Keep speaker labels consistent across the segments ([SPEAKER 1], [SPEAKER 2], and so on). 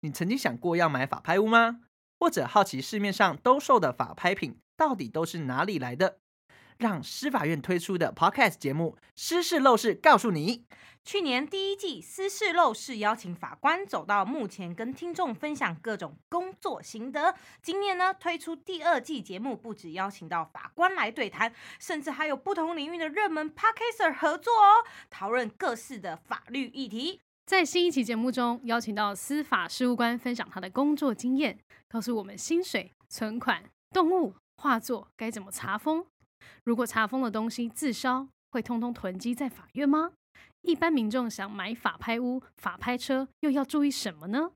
[SPEAKER 1] 你曾经想过要买法拍屋吗？或者好奇市面上兜售的法拍品到底都是哪里来的？让司法院推出的 Podcast 节目《失事陋室》告诉你。
[SPEAKER 2] 去年第一季《私事陋室》邀请法官走到幕前，跟听众分享各种工作心得。今年呢，推出第二季节目，不止邀请到法官来对谈，甚至还有不同领域的热门 podcaster 合作哦，讨论各式的法律议题。
[SPEAKER 3] 在新一期节目中，邀请到司法事务官分享他的工作经验，告诉我们薪水、存款、动物、画作该怎么查封。如果查封的东西自烧，会通通囤积在法院吗？一般民众想买法拍屋、法拍车，又要注意什么呢？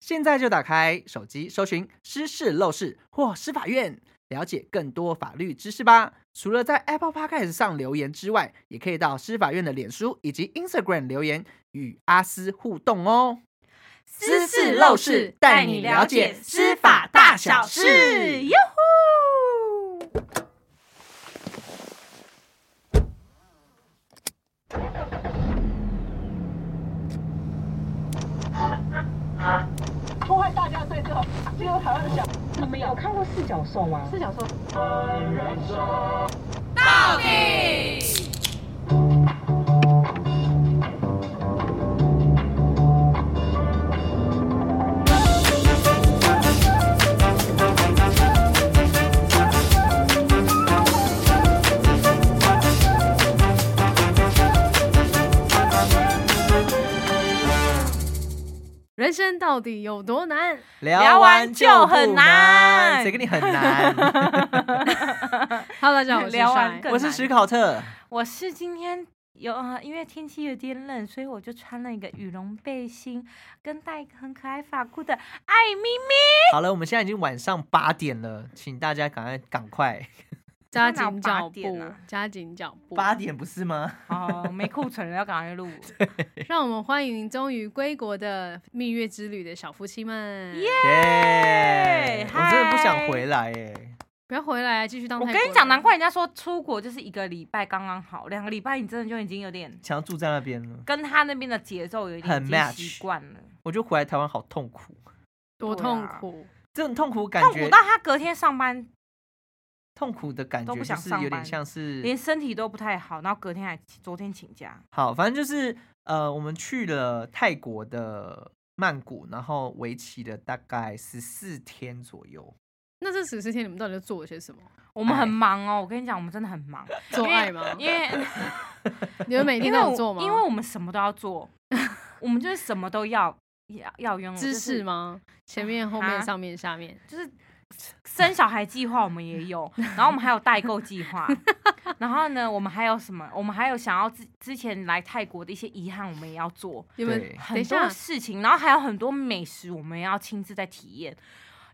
[SPEAKER 1] 现在就打开手机搜寻“失事陋室”或“司法院”，了解更多法律知识吧。除了在 Apple Podcast 上留言之外，也可以到司法院的脸书以及 Instagram 留言与阿斯互动哦。
[SPEAKER 2] 私
[SPEAKER 1] 事陋室带你了解司法大小事
[SPEAKER 2] 哟呼！
[SPEAKER 4] 破坏大家对哦这个进入台湾的想。你们有看过四角兽吗？四角兽。
[SPEAKER 3] 人生到底有多难？
[SPEAKER 2] 聊完就很难
[SPEAKER 1] 谁跟你很难？
[SPEAKER 3] Hello，大家好，我是
[SPEAKER 2] 聊完
[SPEAKER 3] Shine
[SPEAKER 2] 更
[SPEAKER 1] 我是史考特，
[SPEAKER 2] 我是今天有啊、因为天气有点冷，所以我就穿了一个羽绒背心，跟戴一个很可爱发箍的艾咪咪。
[SPEAKER 1] 好了，我们现在已经晚上八点了，请大家赶快赶 快。
[SPEAKER 3] 加紧脚
[SPEAKER 2] 哪有八点
[SPEAKER 3] 步
[SPEAKER 2] 啊，
[SPEAKER 3] 加紧脚步。
[SPEAKER 1] 八点不是吗？
[SPEAKER 2] 哦，没库存了，要赶快录。
[SPEAKER 3] 让我们欢迎终于归国的蜜月之旅的小夫妻们。
[SPEAKER 1] 耶！我真的不
[SPEAKER 2] 嗨
[SPEAKER 1] 想回来耶。
[SPEAKER 3] 不要回来，继续当
[SPEAKER 2] 我
[SPEAKER 3] 泰
[SPEAKER 2] 跟
[SPEAKER 3] 国人
[SPEAKER 2] 你讲，难怪人家说出国就是一个礼拜刚刚好，两个礼拜你真的就已经有点
[SPEAKER 1] 想要住在那边了，
[SPEAKER 2] 跟他那边的节奏有一点
[SPEAKER 1] 很
[SPEAKER 2] 已经
[SPEAKER 1] match
[SPEAKER 2] 习惯了，
[SPEAKER 1] 我就回来台湾好痛苦，
[SPEAKER 3] 多
[SPEAKER 2] 对
[SPEAKER 3] 痛
[SPEAKER 2] 啊
[SPEAKER 3] 苦。
[SPEAKER 1] 这种痛苦感
[SPEAKER 2] 痛
[SPEAKER 1] 觉
[SPEAKER 2] 苦，到他隔天上班
[SPEAKER 1] 痛苦的感
[SPEAKER 2] 都
[SPEAKER 1] 觉
[SPEAKER 2] 不
[SPEAKER 1] 就
[SPEAKER 2] 想
[SPEAKER 1] 是
[SPEAKER 2] 上
[SPEAKER 1] 有点
[SPEAKER 2] 班
[SPEAKER 1] 像是哎
[SPEAKER 2] 连身体都不太好，然后隔天还昨天请假，
[SPEAKER 1] 好，反正就是呃，我们去了泰国的曼谷，然后为期了大概十四天左右。
[SPEAKER 3] 那这十四天你们到底都做了些什么？
[SPEAKER 2] 我们
[SPEAKER 1] 哎
[SPEAKER 2] 很忙哦。我跟你讲，我们真的很 忙，
[SPEAKER 3] 做爱吗？
[SPEAKER 2] 因为
[SPEAKER 3] 你们每
[SPEAKER 2] 因
[SPEAKER 3] 天
[SPEAKER 2] 为
[SPEAKER 3] 都
[SPEAKER 2] 我
[SPEAKER 3] 有做吗？
[SPEAKER 2] 因为我们什么都要做，我们就是什么都要要要拥有
[SPEAKER 3] 姿势？吗？前面、后
[SPEAKER 2] 啊
[SPEAKER 3] 面、上面、下面，
[SPEAKER 2] 就是生小孩计划我们也有，然后我们还有代购计 划，然后呢，我们还有什么？我们还有想要之之前来泰国的一些遗憾，我们也要做
[SPEAKER 3] 你们
[SPEAKER 1] 对
[SPEAKER 3] 等
[SPEAKER 2] 很
[SPEAKER 3] 一
[SPEAKER 2] 多
[SPEAKER 3] 下，
[SPEAKER 2] 事情，然后还有很多美食，我们也要亲自在体验。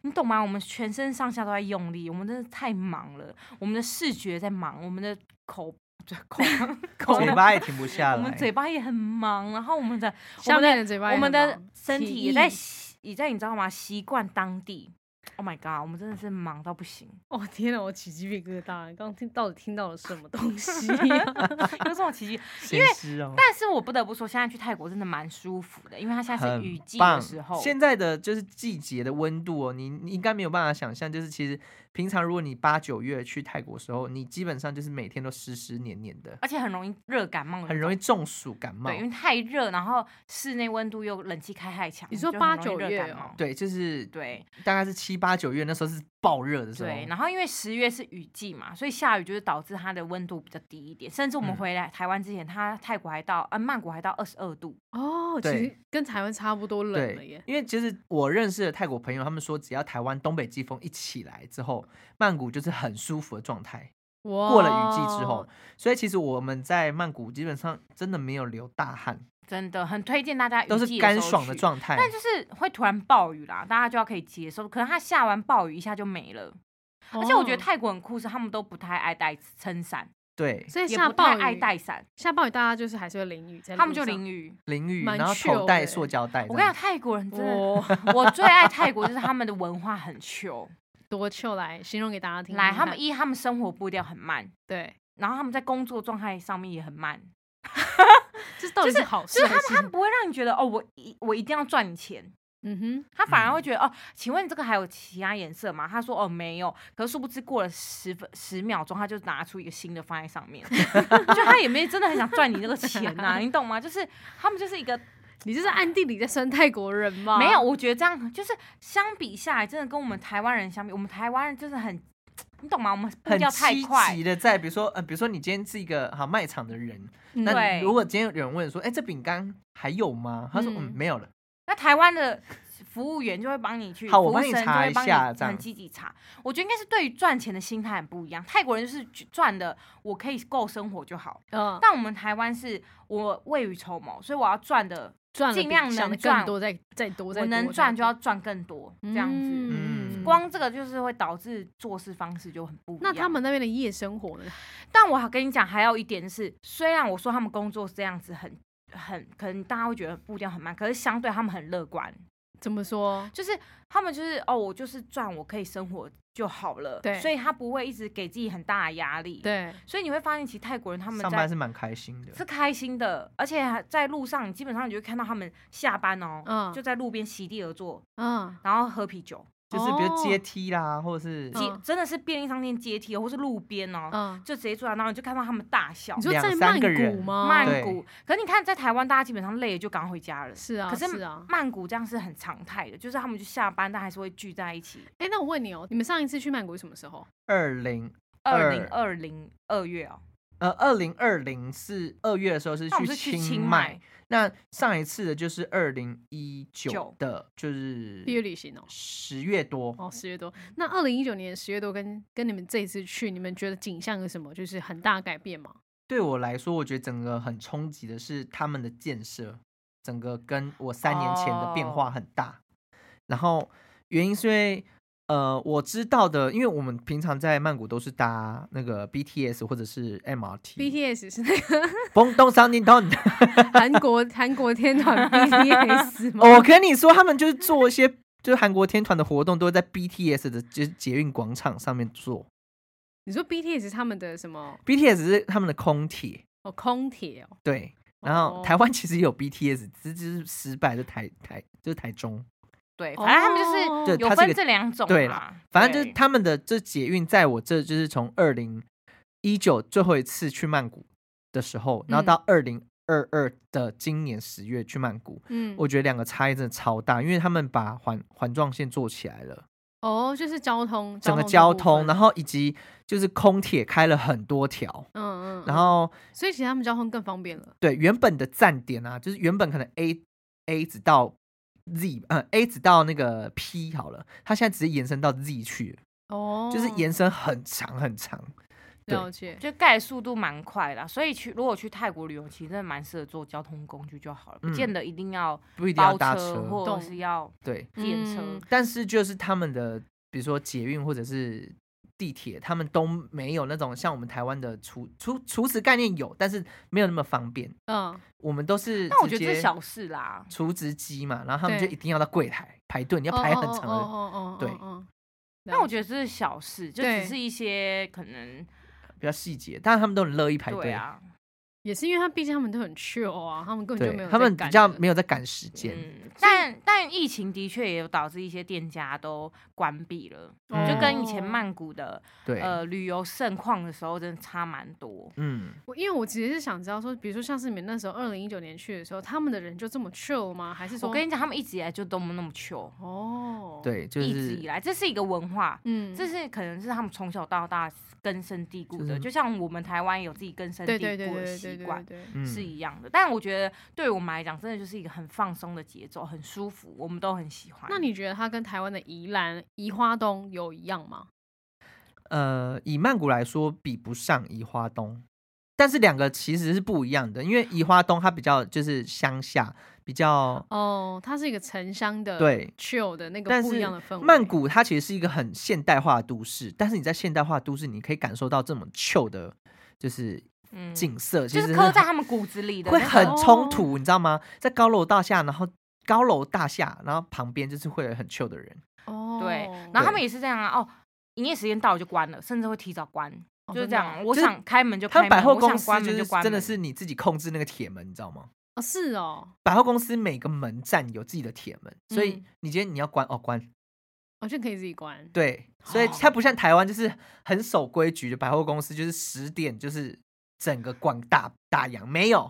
[SPEAKER 2] 你懂吗？我们全身上下都在用力，我们真的太忙了。我们的视觉在忙，我们的口 口口
[SPEAKER 1] 嘴巴也停不下
[SPEAKER 2] 我
[SPEAKER 1] 来，
[SPEAKER 2] 们嘴巴也很忙，然后我们的
[SPEAKER 3] 下面的嘴巴也
[SPEAKER 2] 我们
[SPEAKER 3] 很忙，
[SPEAKER 2] 的身体也在
[SPEAKER 3] 体液
[SPEAKER 2] 习也在你知道吗？习惯当地。Oh my god！我们真的是忙到不行，
[SPEAKER 3] 哦天哪，我起鸡皮疙瘩！刚刚听到底听到了什么 东 西、啊？
[SPEAKER 2] 有这种奇迹。
[SPEAKER 1] 咸湿哦。
[SPEAKER 2] 但是我不得不说，现在去泰国真的蛮舒服的，因为它现在是雨
[SPEAKER 1] 很
[SPEAKER 2] 季的
[SPEAKER 1] 棒
[SPEAKER 2] 时候。
[SPEAKER 1] 现在的就是季节的温度哦，你你应该没有办法想象，就是其实平常如果你八九月去泰国的时候，你基本上就是每天都湿湿黏黏的，
[SPEAKER 2] 而且很容易热感冒，
[SPEAKER 1] 很容易中暑感冒
[SPEAKER 2] 对，。因为太热，然后室内温度又冷气开太强，
[SPEAKER 3] 你说
[SPEAKER 2] 就很容易
[SPEAKER 3] 八九
[SPEAKER 2] 热
[SPEAKER 3] 月
[SPEAKER 2] 感
[SPEAKER 3] 哦
[SPEAKER 2] 冒
[SPEAKER 1] 对，就是
[SPEAKER 2] 对
[SPEAKER 1] 大概是七八九月那时候是爆热的时候。
[SPEAKER 2] 对，然后因为十月是雨季嘛，所以下雨就是导致它的温度比较低一点，甚至我们
[SPEAKER 1] 嗯
[SPEAKER 2] 回来台湾之前，它泰国还到啊曼谷还到二十二度，
[SPEAKER 3] 哦，其
[SPEAKER 1] 对
[SPEAKER 3] 实跟台湾差不多冷了耶
[SPEAKER 1] 对，。因为其实我认识的泰国朋友，他们说只要台湾东北季风一起来之后，曼谷就是很舒服的状态。
[SPEAKER 3] 哇
[SPEAKER 1] 过了雨季之
[SPEAKER 2] 哦
[SPEAKER 1] 后，，所以其实我们在曼谷基本上真的没有流大汗，
[SPEAKER 2] 真的很推荐大家雨季
[SPEAKER 1] 都
[SPEAKER 2] 的
[SPEAKER 1] 是
[SPEAKER 2] 时候
[SPEAKER 1] 干爽的
[SPEAKER 2] 去。
[SPEAKER 1] 状态。
[SPEAKER 2] 但就是会突然暴雨啦，大家就要可以接受。可能它下完暴雨一下就没了，而且我觉得
[SPEAKER 3] 哦，
[SPEAKER 2] 泰国很酷是他们都不太爱带撑伞，
[SPEAKER 1] 对，
[SPEAKER 3] 所以
[SPEAKER 2] 也
[SPEAKER 3] 下
[SPEAKER 2] 不
[SPEAKER 3] 暴
[SPEAKER 2] 太
[SPEAKER 3] 雨
[SPEAKER 2] 爱带伞，
[SPEAKER 3] 下暴雨，大家就是还是会淋雨，在
[SPEAKER 2] 他们就
[SPEAKER 3] 雨。
[SPEAKER 2] 淋雨。
[SPEAKER 1] 淋雨，
[SPEAKER 3] 蛮
[SPEAKER 1] 然后
[SPEAKER 3] chill
[SPEAKER 1] 头戴
[SPEAKER 3] 的
[SPEAKER 1] 塑胶袋。
[SPEAKER 2] 欸我跟你讲，，泰国人真的，
[SPEAKER 3] 哦，
[SPEAKER 2] 我最爱泰 国就是他们的文化很穷。
[SPEAKER 3] 多糗来形容给大家听听看。
[SPEAKER 2] 来，他们一他们生活步调很慢，
[SPEAKER 3] 对，
[SPEAKER 2] 然后他们在工作状态上面也很慢，
[SPEAKER 3] 这到底是好
[SPEAKER 2] 就
[SPEAKER 3] 事
[SPEAKER 2] 是
[SPEAKER 3] 还
[SPEAKER 2] 他们他们不会让你觉得哦，我一我一定要赚钱，
[SPEAKER 3] 嗯
[SPEAKER 2] 他反而会觉得、哦，请问这个还有其他颜色吗？他说哦没有，可是殊不知过了十分十秒钟，他就拿出一个新的放在上面， 就他也没真的很想赚你这个钱呐、你懂吗？就是他们就是一个
[SPEAKER 3] 哼，你这是暗地里在酸泰国人
[SPEAKER 1] 哦
[SPEAKER 3] 吗？
[SPEAKER 2] 没有，，我觉得这样就是相比下来，真的跟我们台湾人相比，我们台湾人就是很，你懂吗？我们步
[SPEAKER 1] 很
[SPEAKER 2] 调太
[SPEAKER 1] 积
[SPEAKER 2] 快
[SPEAKER 1] 极，的在，比如说，呃，比如说你今天是一个好卖场的人，
[SPEAKER 3] 嗯
[SPEAKER 1] 那
[SPEAKER 2] 对
[SPEAKER 1] 你如果今天有人问说，哎、这饼干还有吗？他说，嗯，
[SPEAKER 3] 嗯
[SPEAKER 1] 没有了。
[SPEAKER 2] 那台湾的服务员就会帮你去，
[SPEAKER 1] 好
[SPEAKER 2] 服
[SPEAKER 1] 我
[SPEAKER 2] 务
[SPEAKER 1] 帮你
[SPEAKER 2] 生就
[SPEAKER 1] 查
[SPEAKER 2] 会
[SPEAKER 1] 一
[SPEAKER 2] 帮你
[SPEAKER 1] 下这样
[SPEAKER 2] 很积极查。我觉得应该是对于赚钱的心态很不一样。泰国人就是赚的我可以够生活就好，
[SPEAKER 3] 嗯，
[SPEAKER 2] 但我们台湾是我未雨绸缪，所以我要赚的，
[SPEAKER 3] 赚了
[SPEAKER 2] 尽
[SPEAKER 3] 比
[SPEAKER 2] 量
[SPEAKER 3] 想
[SPEAKER 2] 能
[SPEAKER 3] 的
[SPEAKER 2] 赚
[SPEAKER 3] 更多，再再多，再
[SPEAKER 2] 我能
[SPEAKER 3] 多
[SPEAKER 2] 赚
[SPEAKER 3] 再
[SPEAKER 2] 就要
[SPEAKER 3] 多
[SPEAKER 2] 赚更多，这样子。
[SPEAKER 1] 嗯
[SPEAKER 2] 光这个就是会导致做事方式就很不一样。
[SPEAKER 3] 那他们那边的夜生活呢？
[SPEAKER 2] 但我跟你讲，还有一点是，虽然我说他们工作是这样子很。很可能大家会觉得步调很慢，可是相对他们很乐观，
[SPEAKER 3] 怎么说？
[SPEAKER 2] 就是他们就是哦，我就是赚我可以生活就好了，
[SPEAKER 3] 对
[SPEAKER 2] 所以他不会一直给自己很大的压力，，
[SPEAKER 3] 对，
[SPEAKER 2] 所以你会发现其实泰国人他们
[SPEAKER 1] 上班
[SPEAKER 2] 在
[SPEAKER 1] 是蛮开心的，
[SPEAKER 2] 是开心的，而且还在路上你基本上你就会看到他们下班哦，
[SPEAKER 3] 嗯
[SPEAKER 2] 就在路边席地而坐，
[SPEAKER 3] 嗯，
[SPEAKER 2] 然后喝啤酒，
[SPEAKER 1] 就是比如
[SPEAKER 3] 哦
[SPEAKER 1] 阶梯啦，或者是
[SPEAKER 3] 嗯
[SPEAKER 2] 街真的是便利商店阶梯哦或是路边哦，
[SPEAKER 3] 嗯，
[SPEAKER 2] 就直接坐下，然后你就看到他们大笑
[SPEAKER 3] 你。说
[SPEAKER 1] 两
[SPEAKER 3] 在
[SPEAKER 1] 三
[SPEAKER 3] 曼
[SPEAKER 1] 个人
[SPEAKER 3] 谷吗？
[SPEAKER 2] 曼
[SPEAKER 1] 嗯对
[SPEAKER 2] 谷，可是你看，在台湾，大家基本上累了就赶快回家了。
[SPEAKER 3] 是啊，
[SPEAKER 2] 可是
[SPEAKER 3] 是啊。
[SPEAKER 2] 曼谷这样是很常态的，就是他们就下班，但还是会聚在一起。
[SPEAKER 3] 哎，那我问你哦，你们上一次去曼谷是什么时候？
[SPEAKER 1] 二零
[SPEAKER 2] 二零二零二月哦，
[SPEAKER 1] 呃二零二零是二月的时候是
[SPEAKER 2] 那我们是去
[SPEAKER 1] 清
[SPEAKER 2] 清迈
[SPEAKER 1] 那上一次的就是二零一
[SPEAKER 2] 九
[SPEAKER 1] 九的，就是
[SPEAKER 3] 毕业旅行哦。
[SPEAKER 1] 十月多，
[SPEAKER 3] 哦，十月多。那二零一九年十月多跟跟你们这一次去，你们觉得景象有什么就是很大的改变吗？
[SPEAKER 1] 对我来说，我觉得整个很冲击的是他们的建设，整个跟我三年前的变化很大。然后原因是因为，呃，我知道的，因为我们平常在曼谷都是搭那个 BTS 或者是 MRT，
[SPEAKER 3] BTS 是那个
[SPEAKER 1] 嘣咚三叮咚。
[SPEAKER 3] 韩国 韩国天 团 BTS 吗？
[SPEAKER 1] 我跟你说，他们就是做一些就是韩国天团的活动，都会在 BTS 的就是捷运广场上面做。
[SPEAKER 3] 你说 BTS 是他们的什么
[SPEAKER 1] BTS 是他们的空铁，
[SPEAKER 3] 哦空铁哦，
[SPEAKER 1] 对。然后
[SPEAKER 3] 哦
[SPEAKER 1] 台湾其实也有 BTS，只是就是失败的台台就是台中。
[SPEAKER 2] 对，反正他们就是
[SPEAKER 1] 哦对
[SPEAKER 2] 有
[SPEAKER 1] 它是一
[SPEAKER 2] 分
[SPEAKER 1] 个
[SPEAKER 2] 这两种啦，
[SPEAKER 1] 对啦反正就是
[SPEAKER 2] 对
[SPEAKER 1] 他们的这捷运，在我这就是从二零一九最后一次去曼谷的时候，然后
[SPEAKER 3] 嗯
[SPEAKER 1] 到二零二二的今年十月去曼谷，
[SPEAKER 3] 嗯，
[SPEAKER 1] 我觉得两个差异真的超大，因为他们把环环状线做起来了，
[SPEAKER 3] 哦就是交通
[SPEAKER 1] 整个
[SPEAKER 3] 这
[SPEAKER 1] 交
[SPEAKER 3] 部
[SPEAKER 1] 通，
[SPEAKER 3] 分
[SPEAKER 1] 然后以及就是空铁开了很多条，
[SPEAKER 3] 嗯嗯，
[SPEAKER 1] 然
[SPEAKER 3] 嗯
[SPEAKER 1] 后
[SPEAKER 3] 所以其实他们交通更方便了，
[SPEAKER 1] 对原本的站点啊，就是原本可能 A A 只到 Z，嗯、a 只到那个 P 好了，它现在直接延伸到 Z 去了，
[SPEAKER 3] 哦，
[SPEAKER 1] 就是延伸很长很长。对
[SPEAKER 3] 了解，
[SPEAKER 2] 就盖的速度蛮快啦，所以去如果去泰国旅游，其实真的蛮适合坐交通工具就好了，不
[SPEAKER 1] 嗯
[SPEAKER 2] 见得一定要
[SPEAKER 1] 不一定要
[SPEAKER 2] 包
[SPEAKER 1] 搭
[SPEAKER 2] 车或者
[SPEAKER 3] 懂
[SPEAKER 2] 是要
[SPEAKER 1] 对，
[SPEAKER 2] 电车。
[SPEAKER 3] 嗯
[SPEAKER 1] 但是就是他们的，比如说捷运或者是地铁，他们都没有那种像我们台湾的除除除此概念有，但是没有那么方便。
[SPEAKER 3] 嗯，
[SPEAKER 1] 我们都是
[SPEAKER 2] 但我觉
[SPEAKER 1] 直
[SPEAKER 2] 得这
[SPEAKER 1] 接
[SPEAKER 2] 是小事啦，
[SPEAKER 1] 除值机嘛，然后他们就
[SPEAKER 3] 对
[SPEAKER 1] 一定要到柜台排队，你要排很长
[SPEAKER 3] 哦
[SPEAKER 1] 的，
[SPEAKER 3] 哦哦，
[SPEAKER 1] 对
[SPEAKER 2] 但我
[SPEAKER 3] 得
[SPEAKER 2] 觉得这是小事，就
[SPEAKER 3] 对
[SPEAKER 2] 只是一些可能
[SPEAKER 1] 比较细节，但是他们都很乐意排
[SPEAKER 2] 对
[SPEAKER 1] 队。
[SPEAKER 2] 啊，
[SPEAKER 3] 也是因为他毕竟他们都很 chill 啊，他们根本就没
[SPEAKER 1] 对
[SPEAKER 3] 有，
[SPEAKER 1] 他
[SPEAKER 3] 在
[SPEAKER 1] 们比
[SPEAKER 3] 赶
[SPEAKER 1] 较
[SPEAKER 3] 的
[SPEAKER 1] 没有在赶时间，
[SPEAKER 2] 嗯，但但疫情的确也有导致一些店家都关闭了，
[SPEAKER 1] 嗯
[SPEAKER 2] 就跟以前
[SPEAKER 3] 哦
[SPEAKER 2] 曼谷的
[SPEAKER 1] 对，
[SPEAKER 2] 呃旅游盛况的时候真的差蛮多。
[SPEAKER 1] 嗯，
[SPEAKER 3] 我因为我其实是想知道说，比如说像是你们那时候二零一九年去的时候，他们的人就这么 chill 吗？还是说
[SPEAKER 2] 我跟你讲，他们一直以来就都那么穷，
[SPEAKER 3] 哦，，
[SPEAKER 1] 对，就
[SPEAKER 2] 一直以
[SPEAKER 1] 是
[SPEAKER 2] 来这是一个文化，
[SPEAKER 3] 嗯，
[SPEAKER 2] 这是可能是他们从小到大根深蒂固
[SPEAKER 1] 就
[SPEAKER 2] 的，
[SPEAKER 1] 是
[SPEAKER 2] 就像我们台湾有自己根深蒂
[SPEAKER 3] 对对对
[SPEAKER 2] 固
[SPEAKER 3] 对
[SPEAKER 2] 的
[SPEAKER 3] 对
[SPEAKER 2] 习
[SPEAKER 3] 对对
[SPEAKER 2] 惯。
[SPEAKER 3] 对，
[SPEAKER 1] 嗯
[SPEAKER 2] 是一样的，但我觉得对我们来讲，真的就是一个很放松的节奏，很舒服，我们都很喜欢。
[SPEAKER 3] 那你觉得它跟台湾的宜兰、宜花东有一样吗？
[SPEAKER 1] 呃，以曼谷来说，比不上移花东，但是两个其实是不一样的，因为移花东它比较就是乡下，比较
[SPEAKER 3] 哦，它是一个城乡的
[SPEAKER 1] 对
[SPEAKER 3] chill 的那个
[SPEAKER 1] 但
[SPEAKER 3] 不一
[SPEAKER 1] 是
[SPEAKER 3] 样的氛
[SPEAKER 2] 哦
[SPEAKER 3] 围。
[SPEAKER 1] 曼谷它其实是一个很现代化的都市，但是你在现代化都市，你可以感受到这种旧的，就是
[SPEAKER 2] 嗯
[SPEAKER 1] 景色，其
[SPEAKER 2] 就
[SPEAKER 1] 实
[SPEAKER 2] 是
[SPEAKER 1] 是
[SPEAKER 2] 刻在
[SPEAKER 1] 很
[SPEAKER 2] 他们骨子里的、那
[SPEAKER 1] 会
[SPEAKER 2] 个
[SPEAKER 1] 很冲
[SPEAKER 3] 哦
[SPEAKER 1] 突，你知道吗？在高楼大厦，然后高楼大厦，然后旁边就是会有很旧的人，
[SPEAKER 3] 哦，
[SPEAKER 2] 对，然后他
[SPEAKER 1] 对
[SPEAKER 2] 们也是这样啊，哦，营业时间到了就关了，甚至会提早关，
[SPEAKER 3] 哦
[SPEAKER 2] 就是
[SPEAKER 3] 真
[SPEAKER 2] 这
[SPEAKER 3] 的
[SPEAKER 2] 样。我
[SPEAKER 1] 就是
[SPEAKER 2] 想开门就
[SPEAKER 1] 他
[SPEAKER 2] 开门，
[SPEAKER 1] 们百货
[SPEAKER 2] 我想
[SPEAKER 1] 公司
[SPEAKER 2] 关
[SPEAKER 1] 就
[SPEAKER 2] 门
[SPEAKER 1] 是
[SPEAKER 2] 关门。
[SPEAKER 1] 真的是你自己控制那个铁门，你知道吗？
[SPEAKER 3] 哦哦，是哦，
[SPEAKER 1] 百货公司每个门站有自己的铁门，所以
[SPEAKER 3] 嗯
[SPEAKER 1] 你今天你要关哦关，
[SPEAKER 3] 我就可以自己关。
[SPEAKER 1] 对，所以
[SPEAKER 3] 哦
[SPEAKER 1] 它不像台湾就是很守规矩的百货公司，就是十点就是整个关大大烊，没有，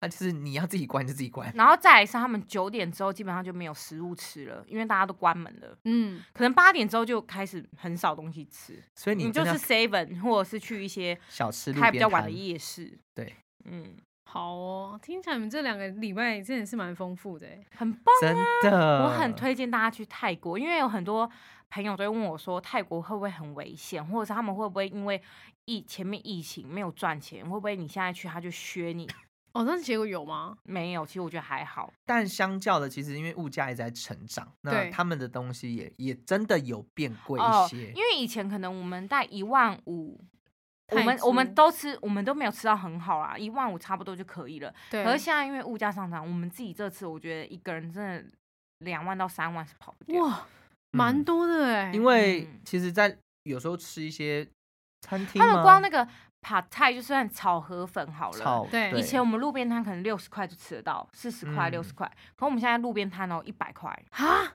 [SPEAKER 1] 那就是你要自己关就自己关。
[SPEAKER 2] 然后再来是他们九点之后基本上就没有食物吃了，因为大家都关门了。
[SPEAKER 3] 嗯，
[SPEAKER 2] 可能八点之后就开始很少东西吃，
[SPEAKER 1] 所以
[SPEAKER 2] 你
[SPEAKER 1] 你
[SPEAKER 2] 就
[SPEAKER 1] 真的
[SPEAKER 2] 是
[SPEAKER 1] 要
[SPEAKER 2] seven 或者是去一些
[SPEAKER 1] 小吃路
[SPEAKER 2] 开比
[SPEAKER 1] 边
[SPEAKER 2] 较晚的
[SPEAKER 1] 摊
[SPEAKER 2] 夜市。
[SPEAKER 1] 对，
[SPEAKER 2] 嗯，
[SPEAKER 3] 好哦，听起来你们这两个礼拜真的是蛮丰富的欸。
[SPEAKER 2] 很棒。
[SPEAKER 1] 真的，
[SPEAKER 2] 我
[SPEAKER 3] 嗯
[SPEAKER 2] 很推荐大家去泰国，因为有很多朋友都会问我说，泰国会不会很危险，或者是他们会不会因为疫前面疫情没有赚钱，会不会你现在去他就削你？
[SPEAKER 3] 哦，那结果有吗？
[SPEAKER 2] 没有，其实我觉得还好。
[SPEAKER 1] 但相较的，其实因为物价一直在成长，那
[SPEAKER 3] 对
[SPEAKER 1] 他们的东西也也真的有变贵
[SPEAKER 2] 哦
[SPEAKER 1] 一，些。
[SPEAKER 2] 因为以前可能我们带一万五。我
[SPEAKER 3] 泰
[SPEAKER 2] 们我们
[SPEAKER 3] 铢
[SPEAKER 2] 都吃，我们都没有吃到很好啦，一万五差不多就可以了。
[SPEAKER 3] 对，
[SPEAKER 2] 可是现在因为物价上涨，我们自己这次我觉得一个人真的两万到三万是跑不掉。
[SPEAKER 3] 哇，蛮
[SPEAKER 1] 嗯
[SPEAKER 3] 多的哎、
[SPEAKER 1] 因为
[SPEAKER 2] 嗯
[SPEAKER 1] 其实，在有时候吃一些餐厅
[SPEAKER 2] 他
[SPEAKER 1] 吗，
[SPEAKER 2] 们光那个扒菜就算炒河粉好了，
[SPEAKER 1] 炒
[SPEAKER 3] 对
[SPEAKER 2] 以前我们路边摊可能六十块就吃得到，四十块、
[SPEAKER 1] 嗯
[SPEAKER 2] 六十块，可我们现在路边摊哦一百块。
[SPEAKER 3] 啊，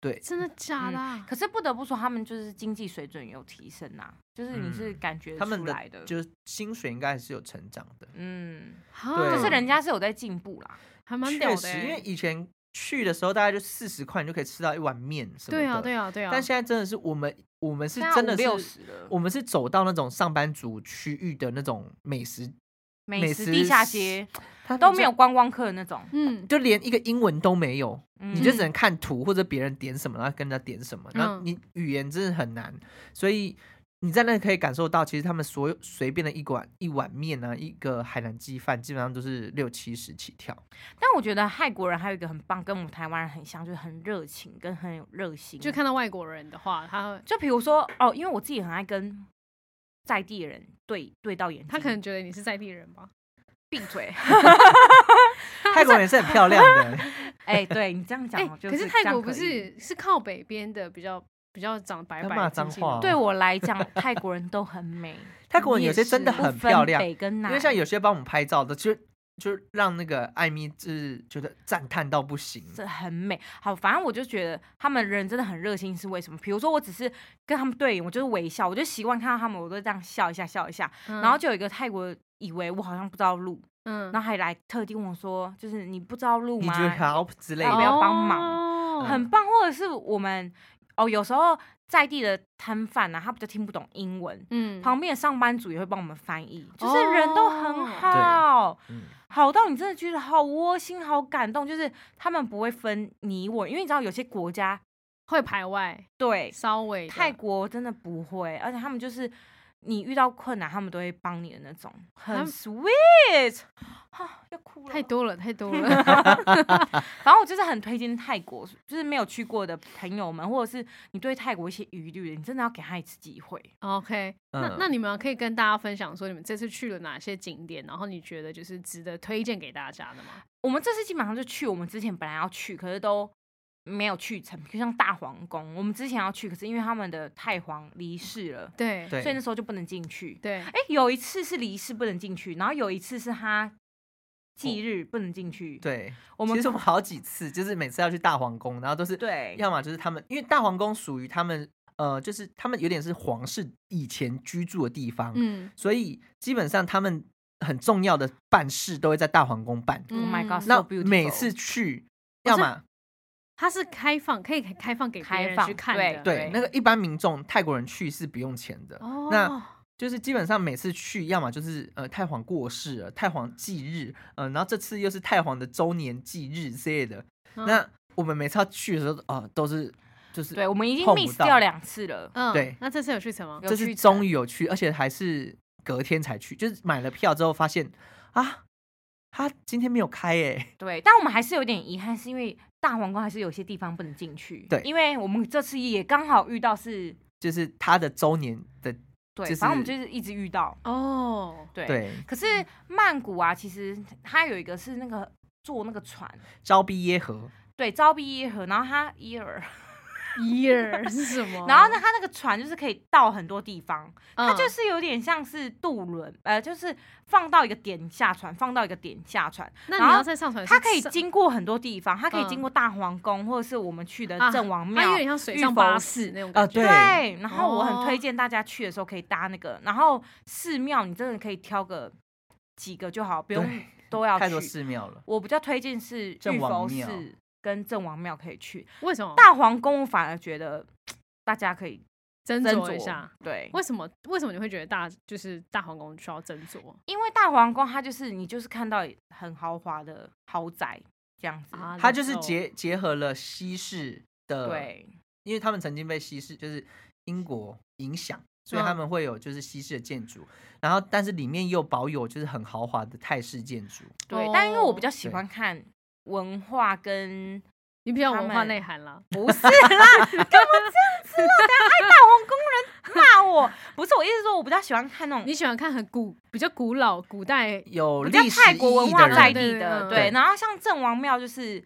[SPEAKER 1] 对
[SPEAKER 3] 真的假
[SPEAKER 2] 嗯
[SPEAKER 3] 的啊、
[SPEAKER 2] 可是不得不说，他们就是经济水准有提升呐、就是你是
[SPEAKER 1] 嗯
[SPEAKER 2] 感觉
[SPEAKER 1] 他们
[SPEAKER 2] 出来的，
[SPEAKER 1] 就是薪水应该还是有成长的，
[SPEAKER 2] 嗯，
[SPEAKER 1] 对
[SPEAKER 2] 就是人家是有在进步啦。
[SPEAKER 3] 还蛮
[SPEAKER 1] 确
[SPEAKER 3] 屌的
[SPEAKER 1] 实，
[SPEAKER 3] 欸、
[SPEAKER 1] 因为以前去的时候大概就四十块你就可以吃到一碗面什么的，
[SPEAKER 3] 对啊，对啊，对啊。
[SPEAKER 1] 但现在真的是我们我们是
[SPEAKER 2] 现在
[SPEAKER 1] 真的
[SPEAKER 2] 六
[SPEAKER 1] 是。
[SPEAKER 2] 十了，
[SPEAKER 1] 我们是走到那种上班族区域的那种美食，
[SPEAKER 2] 美
[SPEAKER 1] 美
[SPEAKER 2] 食
[SPEAKER 1] 食
[SPEAKER 2] 地下街
[SPEAKER 1] 它
[SPEAKER 2] 都
[SPEAKER 1] 就
[SPEAKER 2] 没有，观光客的那种，
[SPEAKER 3] 嗯，
[SPEAKER 1] 就连一个英文都没有。
[SPEAKER 2] 嗯
[SPEAKER 1] 你就只能看图或者别人点什么，然后跟人家点什么，然后
[SPEAKER 3] 嗯
[SPEAKER 1] 你语言真的很难，所以你在那可以感受到，其实他们所有随便的一碗一碗面啊，一个海南鸡饭，基本上都是六七十起跳。
[SPEAKER 2] 但我觉得泰国人还有一个很棒，跟我们台湾人很像，就是很热情跟很有热心。
[SPEAKER 3] 就看到外国人的话，他
[SPEAKER 2] 就比如说哦，因为我自己很爱跟在地人对对到眼睛，
[SPEAKER 3] 他可能觉得你是在地人吧？
[SPEAKER 2] 嗯闭嘴。
[SPEAKER 1] 泰国人也是很漂亮 的，
[SPEAKER 2] 哎、对你这样讲
[SPEAKER 3] 哎、
[SPEAKER 2] 哦，就
[SPEAKER 3] 可
[SPEAKER 2] 是
[SPEAKER 3] 是
[SPEAKER 2] 这样
[SPEAKER 3] 泰国不
[SPEAKER 2] 可以
[SPEAKER 3] 是是靠北边的比较比较长白
[SPEAKER 1] 他
[SPEAKER 3] 白
[SPEAKER 1] 骂
[SPEAKER 3] 的
[SPEAKER 1] 脏
[SPEAKER 3] 近近的
[SPEAKER 1] 话哦
[SPEAKER 2] 对我来讲，泰国人都很美，
[SPEAKER 1] 泰国人有些
[SPEAKER 3] 也是
[SPEAKER 1] 真的
[SPEAKER 2] 不
[SPEAKER 1] 很
[SPEAKER 2] 分
[SPEAKER 1] 漂亮，
[SPEAKER 2] 北跟
[SPEAKER 1] 因
[SPEAKER 2] 南，
[SPEAKER 1] 为像有些帮我们拍照的，就就让那个艾米就是觉得赞叹到不行。
[SPEAKER 2] 这很美。好，反正我就觉得他们人真的很热心，是为什么？比如说，我只是跟他们对眼，我就是微笑，我就习惯看到他们，我都这样笑一下笑一下。
[SPEAKER 3] 嗯
[SPEAKER 2] 然后就有一个泰国以为我好像不知道路，
[SPEAKER 3] 嗯
[SPEAKER 2] 然后还来特地问我说，就是你不知道路
[SPEAKER 1] 你
[SPEAKER 2] 吗
[SPEAKER 1] 觉？得好之类
[SPEAKER 2] 要不
[SPEAKER 1] 的，
[SPEAKER 2] 要帮忙
[SPEAKER 3] 哦
[SPEAKER 2] 很棒，或者是我们哦，有时候在地的摊贩啊，他比较听不懂英文，
[SPEAKER 3] 嗯
[SPEAKER 2] 旁边的上班族也会帮我们翻译，就是人都很
[SPEAKER 3] 哦
[SPEAKER 2] 好，
[SPEAKER 1] 嗯，
[SPEAKER 2] 好到你真的觉得好窝心、好感动，就是他们不会分你我，因为你知道有些国家
[SPEAKER 3] 会排外，
[SPEAKER 2] 对
[SPEAKER 3] 稍微的
[SPEAKER 2] 泰国真的不会，而且他们就是你遇到困难，他们都会帮你的那种，
[SPEAKER 3] 他
[SPEAKER 2] 很
[SPEAKER 3] 们
[SPEAKER 2] sweet 啊，要哭了
[SPEAKER 3] 太。多了，太多 了。
[SPEAKER 2] 反正我就是很推荐泰国，就是没有去过的朋友们，或者是你对泰国一些疑虑的，你真的要给他一次机会。
[SPEAKER 3] OK，、那
[SPEAKER 1] 嗯
[SPEAKER 3] 那你们可以跟大家分享说你们这次去了哪些景点，然后你觉得就是值得推荐给大家的吗？
[SPEAKER 2] 我们这次基本上就去我们之前本来要去，可是都没有去成，就像大皇宫，我们之前要去，可是因为他们的太皇离世了，
[SPEAKER 3] 对
[SPEAKER 1] 对
[SPEAKER 2] 所以那时候就不能进去。
[SPEAKER 3] 对，
[SPEAKER 2] 哎、有一次是离世不能进去，然后有一次是他忌日不能进去。，
[SPEAKER 1] 哦对。
[SPEAKER 2] 我们
[SPEAKER 1] 其实我们好几次就是每次要去大皇宫，然后都是
[SPEAKER 2] 对
[SPEAKER 1] 要么就是他们，因为大皇宫属于他们，呃，就是他们有点是皇室以前居住的地方，
[SPEAKER 3] 嗯
[SPEAKER 1] 所以基本上他们很重要的办事都会在大皇宫办。
[SPEAKER 2] ，Oh my
[SPEAKER 3] 嗯
[SPEAKER 2] god，
[SPEAKER 1] 那
[SPEAKER 2] so beautiful
[SPEAKER 1] 每次去，
[SPEAKER 3] 哦
[SPEAKER 1] 要
[SPEAKER 3] 是
[SPEAKER 1] 么
[SPEAKER 3] 它是开放，可以开放给别
[SPEAKER 2] 开
[SPEAKER 3] 人
[SPEAKER 2] 放
[SPEAKER 3] 去看
[SPEAKER 2] 对
[SPEAKER 3] 的。
[SPEAKER 1] 对那个一般民众泰国人去是不用钱的，
[SPEAKER 3] 哦，
[SPEAKER 1] 那就是基本上每次去，要么就是呃太皇过世了，太皇忌日，嗯、然后这次又是太皇的周年忌日之类的。
[SPEAKER 3] 嗯
[SPEAKER 1] 那我们每次要去的时候，哦、都是就是
[SPEAKER 2] 对我们已经
[SPEAKER 1] 碰不
[SPEAKER 2] miss
[SPEAKER 1] 到
[SPEAKER 2] 掉两次了。
[SPEAKER 3] 嗯
[SPEAKER 1] 对
[SPEAKER 3] 那这次有去什么？
[SPEAKER 2] 有
[SPEAKER 1] 这
[SPEAKER 2] 去
[SPEAKER 1] 次
[SPEAKER 2] 的
[SPEAKER 1] 终于有去，而且还是隔天才去，就是买了票之后发现啊，他今天没有开诶、
[SPEAKER 2] 对，但我们还是有点遗憾，是因为大皇宫还是有些地方不能进去。
[SPEAKER 1] 对
[SPEAKER 2] 因为我们这次也刚好遇到是，
[SPEAKER 1] 就是他的周年的
[SPEAKER 2] 对，
[SPEAKER 1] 就是
[SPEAKER 2] 反正我们就是一直遇到。
[SPEAKER 3] 哦，
[SPEAKER 2] 对，
[SPEAKER 1] 对
[SPEAKER 2] 可是曼谷啊，其实它有一个是那个坐那个船，
[SPEAKER 1] 招逼耶河，
[SPEAKER 3] 嗯
[SPEAKER 2] 对，招逼耶河，然后它耶尔，
[SPEAKER 3] year 是什 么？
[SPEAKER 2] 然后呢，它那个船就是可以到很多地方，
[SPEAKER 3] 哦嗯，
[SPEAKER 2] 它就是有点像是渡轮，呃，就是放到一个点下船，放到一个点下船。
[SPEAKER 3] 那
[SPEAKER 2] 然
[SPEAKER 3] 你
[SPEAKER 2] 后
[SPEAKER 3] 要再上船是
[SPEAKER 2] 它
[SPEAKER 3] 上，
[SPEAKER 2] 可以经过很多地方，它可以
[SPEAKER 3] 嗯
[SPEAKER 2] 经过大皇宫，或者是我们去的
[SPEAKER 3] 啊
[SPEAKER 2] 郑王
[SPEAKER 3] 它有
[SPEAKER 2] 庙。
[SPEAKER 3] 点像水
[SPEAKER 2] 玉
[SPEAKER 3] 上巴
[SPEAKER 2] 佛
[SPEAKER 3] 士那种
[SPEAKER 1] 呃
[SPEAKER 3] 感觉。
[SPEAKER 1] 对
[SPEAKER 2] 然后我很推
[SPEAKER 3] 哦
[SPEAKER 2] 荐大家去的时候可以搭那个，然后寺庙你真的可以挑个几个就好，不用
[SPEAKER 1] 对
[SPEAKER 2] 都要
[SPEAKER 1] 太多
[SPEAKER 2] 去。
[SPEAKER 1] 寺庙了。
[SPEAKER 2] 我比较推荐是
[SPEAKER 1] 郑
[SPEAKER 2] 玉佛
[SPEAKER 1] 王庙哦
[SPEAKER 2] 寺跟郑王庙可以去，
[SPEAKER 3] 为什么？
[SPEAKER 2] 大皇宫我反而觉得大家可以
[SPEAKER 3] 斟
[SPEAKER 2] 斟
[SPEAKER 3] 酌
[SPEAKER 2] 酌
[SPEAKER 3] 一下，
[SPEAKER 2] 对，
[SPEAKER 3] 为什么？为什么你会觉得大就是大皇宫需要斟酌
[SPEAKER 2] 因为大皇宫它就是你就是看到很豪华的豪宅这样子，
[SPEAKER 3] 啊？
[SPEAKER 1] 它就是
[SPEAKER 3] 人肉
[SPEAKER 1] 结结合了西式的，，
[SPEAKER 2] 对，
[SPEAKER 1] 因为他们曾经被西式就是英国影响，所以
[SPEAKER 3] 嗯
[SPEAKER 1] 他们会有就是西式的建筑，然后但是里面又保有就是很豪华的泰式建筑。
[SPEAKER 2] 对，但因为我比较喜
[SPEAKER 1] 呃哦对
[SPEAKER 2] 欢看文化跟
[SPEAKER 3] 你比较有
[SPEAKER 2] 他
[SPEAKER 3] 文化
[SPEAKER 2] 们
[SPEAKER 3] 内涵啦。
[SPEAKER 2] 不是啦， 干嘛这样子啦？等一下爱大皇宫人骂我，不是我意思是说，我比较喜欢看那
[SPEAKER 3] 你
[SPEAKER 2] 种。
[SPEAKER 3] 喜欢看很古、比较古老、古代
[SPEAKER 1] 有
[SPEAKER 2] 比较
[SPEAKER 1] 历史
[SPEAKER 2] 泰国
[SPEAKER 1] 意
[SPEAKER 2] 文
[SPEAKER 1] 义
[SPEAKER 2] 化
[SPEAKER 1] 的
[SPEAKER 2] 在
[SPEAKER 1] 人，
[SPEAKER 2] 地
[SPEAKER 3] 对
[SPEAKER 2] 的，
[SPEAKER 3] 嗯
[SPEAKER 2] 对
[SPEAKER 1] 对，
[SPEAKER 2] 然后像郑王庙就是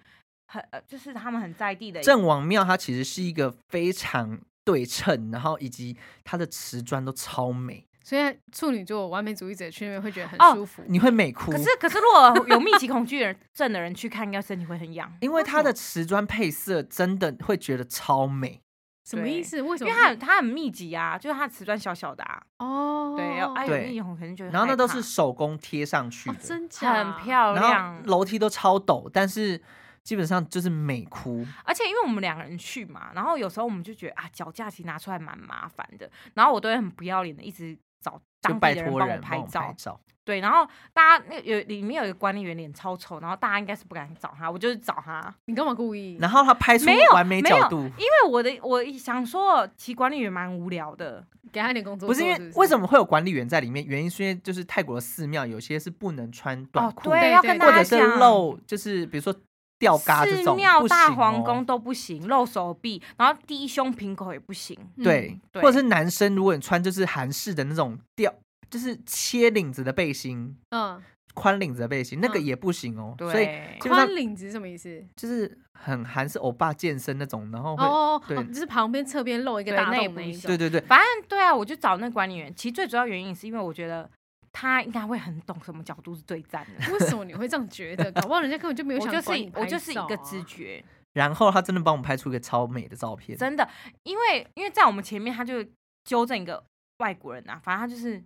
[SPEAKER 2] 很，呃就是他们很在地的，
[SPEAKER 1] 郑王庙它其实是一个非常对称，然后以及它的瓷砖都超美，
[SPEAKER 3] 所以处女座完美主义者去那边会觉得很
[SPEAKER 2] 哦
[SPEAKER 3] 舒服。
[SPEAKER 1] 你会美哭。
[SPEAKER 2] 可是可是如果有密集恐惧人 症的人去看，应该身体会很痒，
[SPEAKER 1] 因为它的瓷砖配色真的会觉得超美，
[SPEAKER 3] 什么意思？为什
[SPEAKER 2] 因
[SPEAKER 3] 么？
[SPEAKER 2] 为它很它很密集啊，就是它的瓷砖小小的啊，
[SPEAKER 3] 哦，
[SPEAKER 2] 对，要哎有
[SPEAKER 1] 对
[SPEAKER 2] 密集恐肯定觉得，
[SPEAKER 1] 然后那都是手工贴上去
[SPEAKER 3] 哦，
[SPEAKER 1] 的，
[SPEAKER 3] 真假
[SPEAKER 2] 很漂
[SPEAKER 1] 然后
[SPEAKER 2] 亮，
[SPEAKER 1] 楼梯都超陡，但是基本上就是美哭。
[SPEAKER 2] 而且因为我们两个人去嘛，然后有时候我们就觉得啊，脚架其实拿出来蛮麻烦的，然后我都会很不要脸的一直找
[SPEAKER 1] 就
[SPEAKER 2] 当地
[SPEAKER 1] 拜
[SPEAKER 2] 的人
[SPEAKER 1] 托
[SPEAKER 2] 帮我
[SPEAKER 1] 人
[SPEAKER 2] 拍
[SPEAKER 1] 帮我
[SPEAKER 2] 照
[SPEAKER 1] 拍。照，
[SPEAKER 2] 对，然后大家那有里面有一个管理员脸超丑，然后大家应该是不敢找他，我就是找他，
[SPEAKER 3] 你干嘛故意？
[SPEAKER 1] 然后他拍出
[SPEAKER 2] 没有
[SPEAKER 1] 完美
[SPEAKER 2] 没有
[SPEAKER 1] 角度，
[SPEAKER 2] 因为我的我想说，其实管理员蛮无聊的，
[SPEAKER 3] 给他一点工作
[SPEAKER 1] 不
[SPEAKER 3] 做，
[SPEAKER 1] 是因为
[SPEAKER 3] 不
[SPEAKER 1] 为
[SPEAKER 3] 么？
[SPEAKER 1] 什么会有管理员在里面？原因是因为就是泰国的寺庙有些是不能穿短
[SPEAKER 2] 哦，
[SPEAKER 1] 裤，
[SPEAKER 2] 对，
[SPEAKER 3] 对
[SPEAKER 2] 要
[SPEAKER 3] 对
[SPEAKER 2] 跟大
[SPEAKER 3] 对
[SPEAKER 1] 或
[SPEAKER 2] 家
[SPEAKER 1] 者是
[SPEAKER 2] 讲。
[SPEAKER 1] 露，就是比如说吊嘎这
[SPEAKER 2] 寺
[SPEAKER 1] 种，
[SPEAKER 2] 庙、
[SPEAKER 1] 不
[SPEAKER 2] 大
[SPEAKER 1] 行
[SPEAKER 2] 皇
[SPEAKER 1] 哦
[SPEAKER 2] 宫都不行，露手臂，然后低胸平口也不行。
[SPEAKER 3] 嗯
[SPEAKER 1] 对，
[SPEAKER 2] 对
[SPEAKER 1] 或者是男生，如果你穿就是韩式的那种吊，就是切领子的背心、
[SPEAKER 3] 嗯，
[SPEAKER 1] 宽领子的背心，那个
[SPEAKER 3] 嗯
[SPEAKER 1] 也不行哦。所以
[SPEAKER 2] 对，
[SPEAKER 1] 基本上
[SPEAKER 3] 宽领子是什么意思？
[SPEAKER 1] 就是很韩式欧巴健身那种，然后
[SPEAKER 3] 哦
[SPEAKER 1] 会，
[SPEAKER 3] 哦哦，
[SPEAKER 1] 对
[SPEAKER 3] 就是旁边侧边露一个
[SPEAKER 2] 对
[SPEAKER 3] 大
[SPEAKER 2] 内
[SPEAKER 3] 洞那
[SPEAKER 2] 部
[SPEAKER 3] 一
[SPEAKER 2] 是
[SPEAKER 3] 种。
[SPEAKER 1] 对对对，
[SPEAKER 2] 反正对啊，我就找那管理员。其实最主要原因是因为我觉得他应该会很懂什么角度是最赞 的。
[SPEAKER 3] 为什么你会这样觉得？搞不好人家根本就没有
[SPEAKER 2] 我
[SPEAKER 3] 想
[SPEAKER 2] 就是
[SPEAKER 3] 管你
[SPEAKER 2] 一我
[SPEAKER 3] 拍
[SPEAKER 2] 就是一
[SPEAKER 3] 照
[SPEAKER 2] 个
[SPEAKER 3] 啊
[SPEAKER 2] 直觉，
[SPEAKER 1] 然后他真的帮我们拍出一个超美的照片，
[SPEAKER 2] 真的，因为因为在我们前面他就纠正一个外国人啊，反正他就是。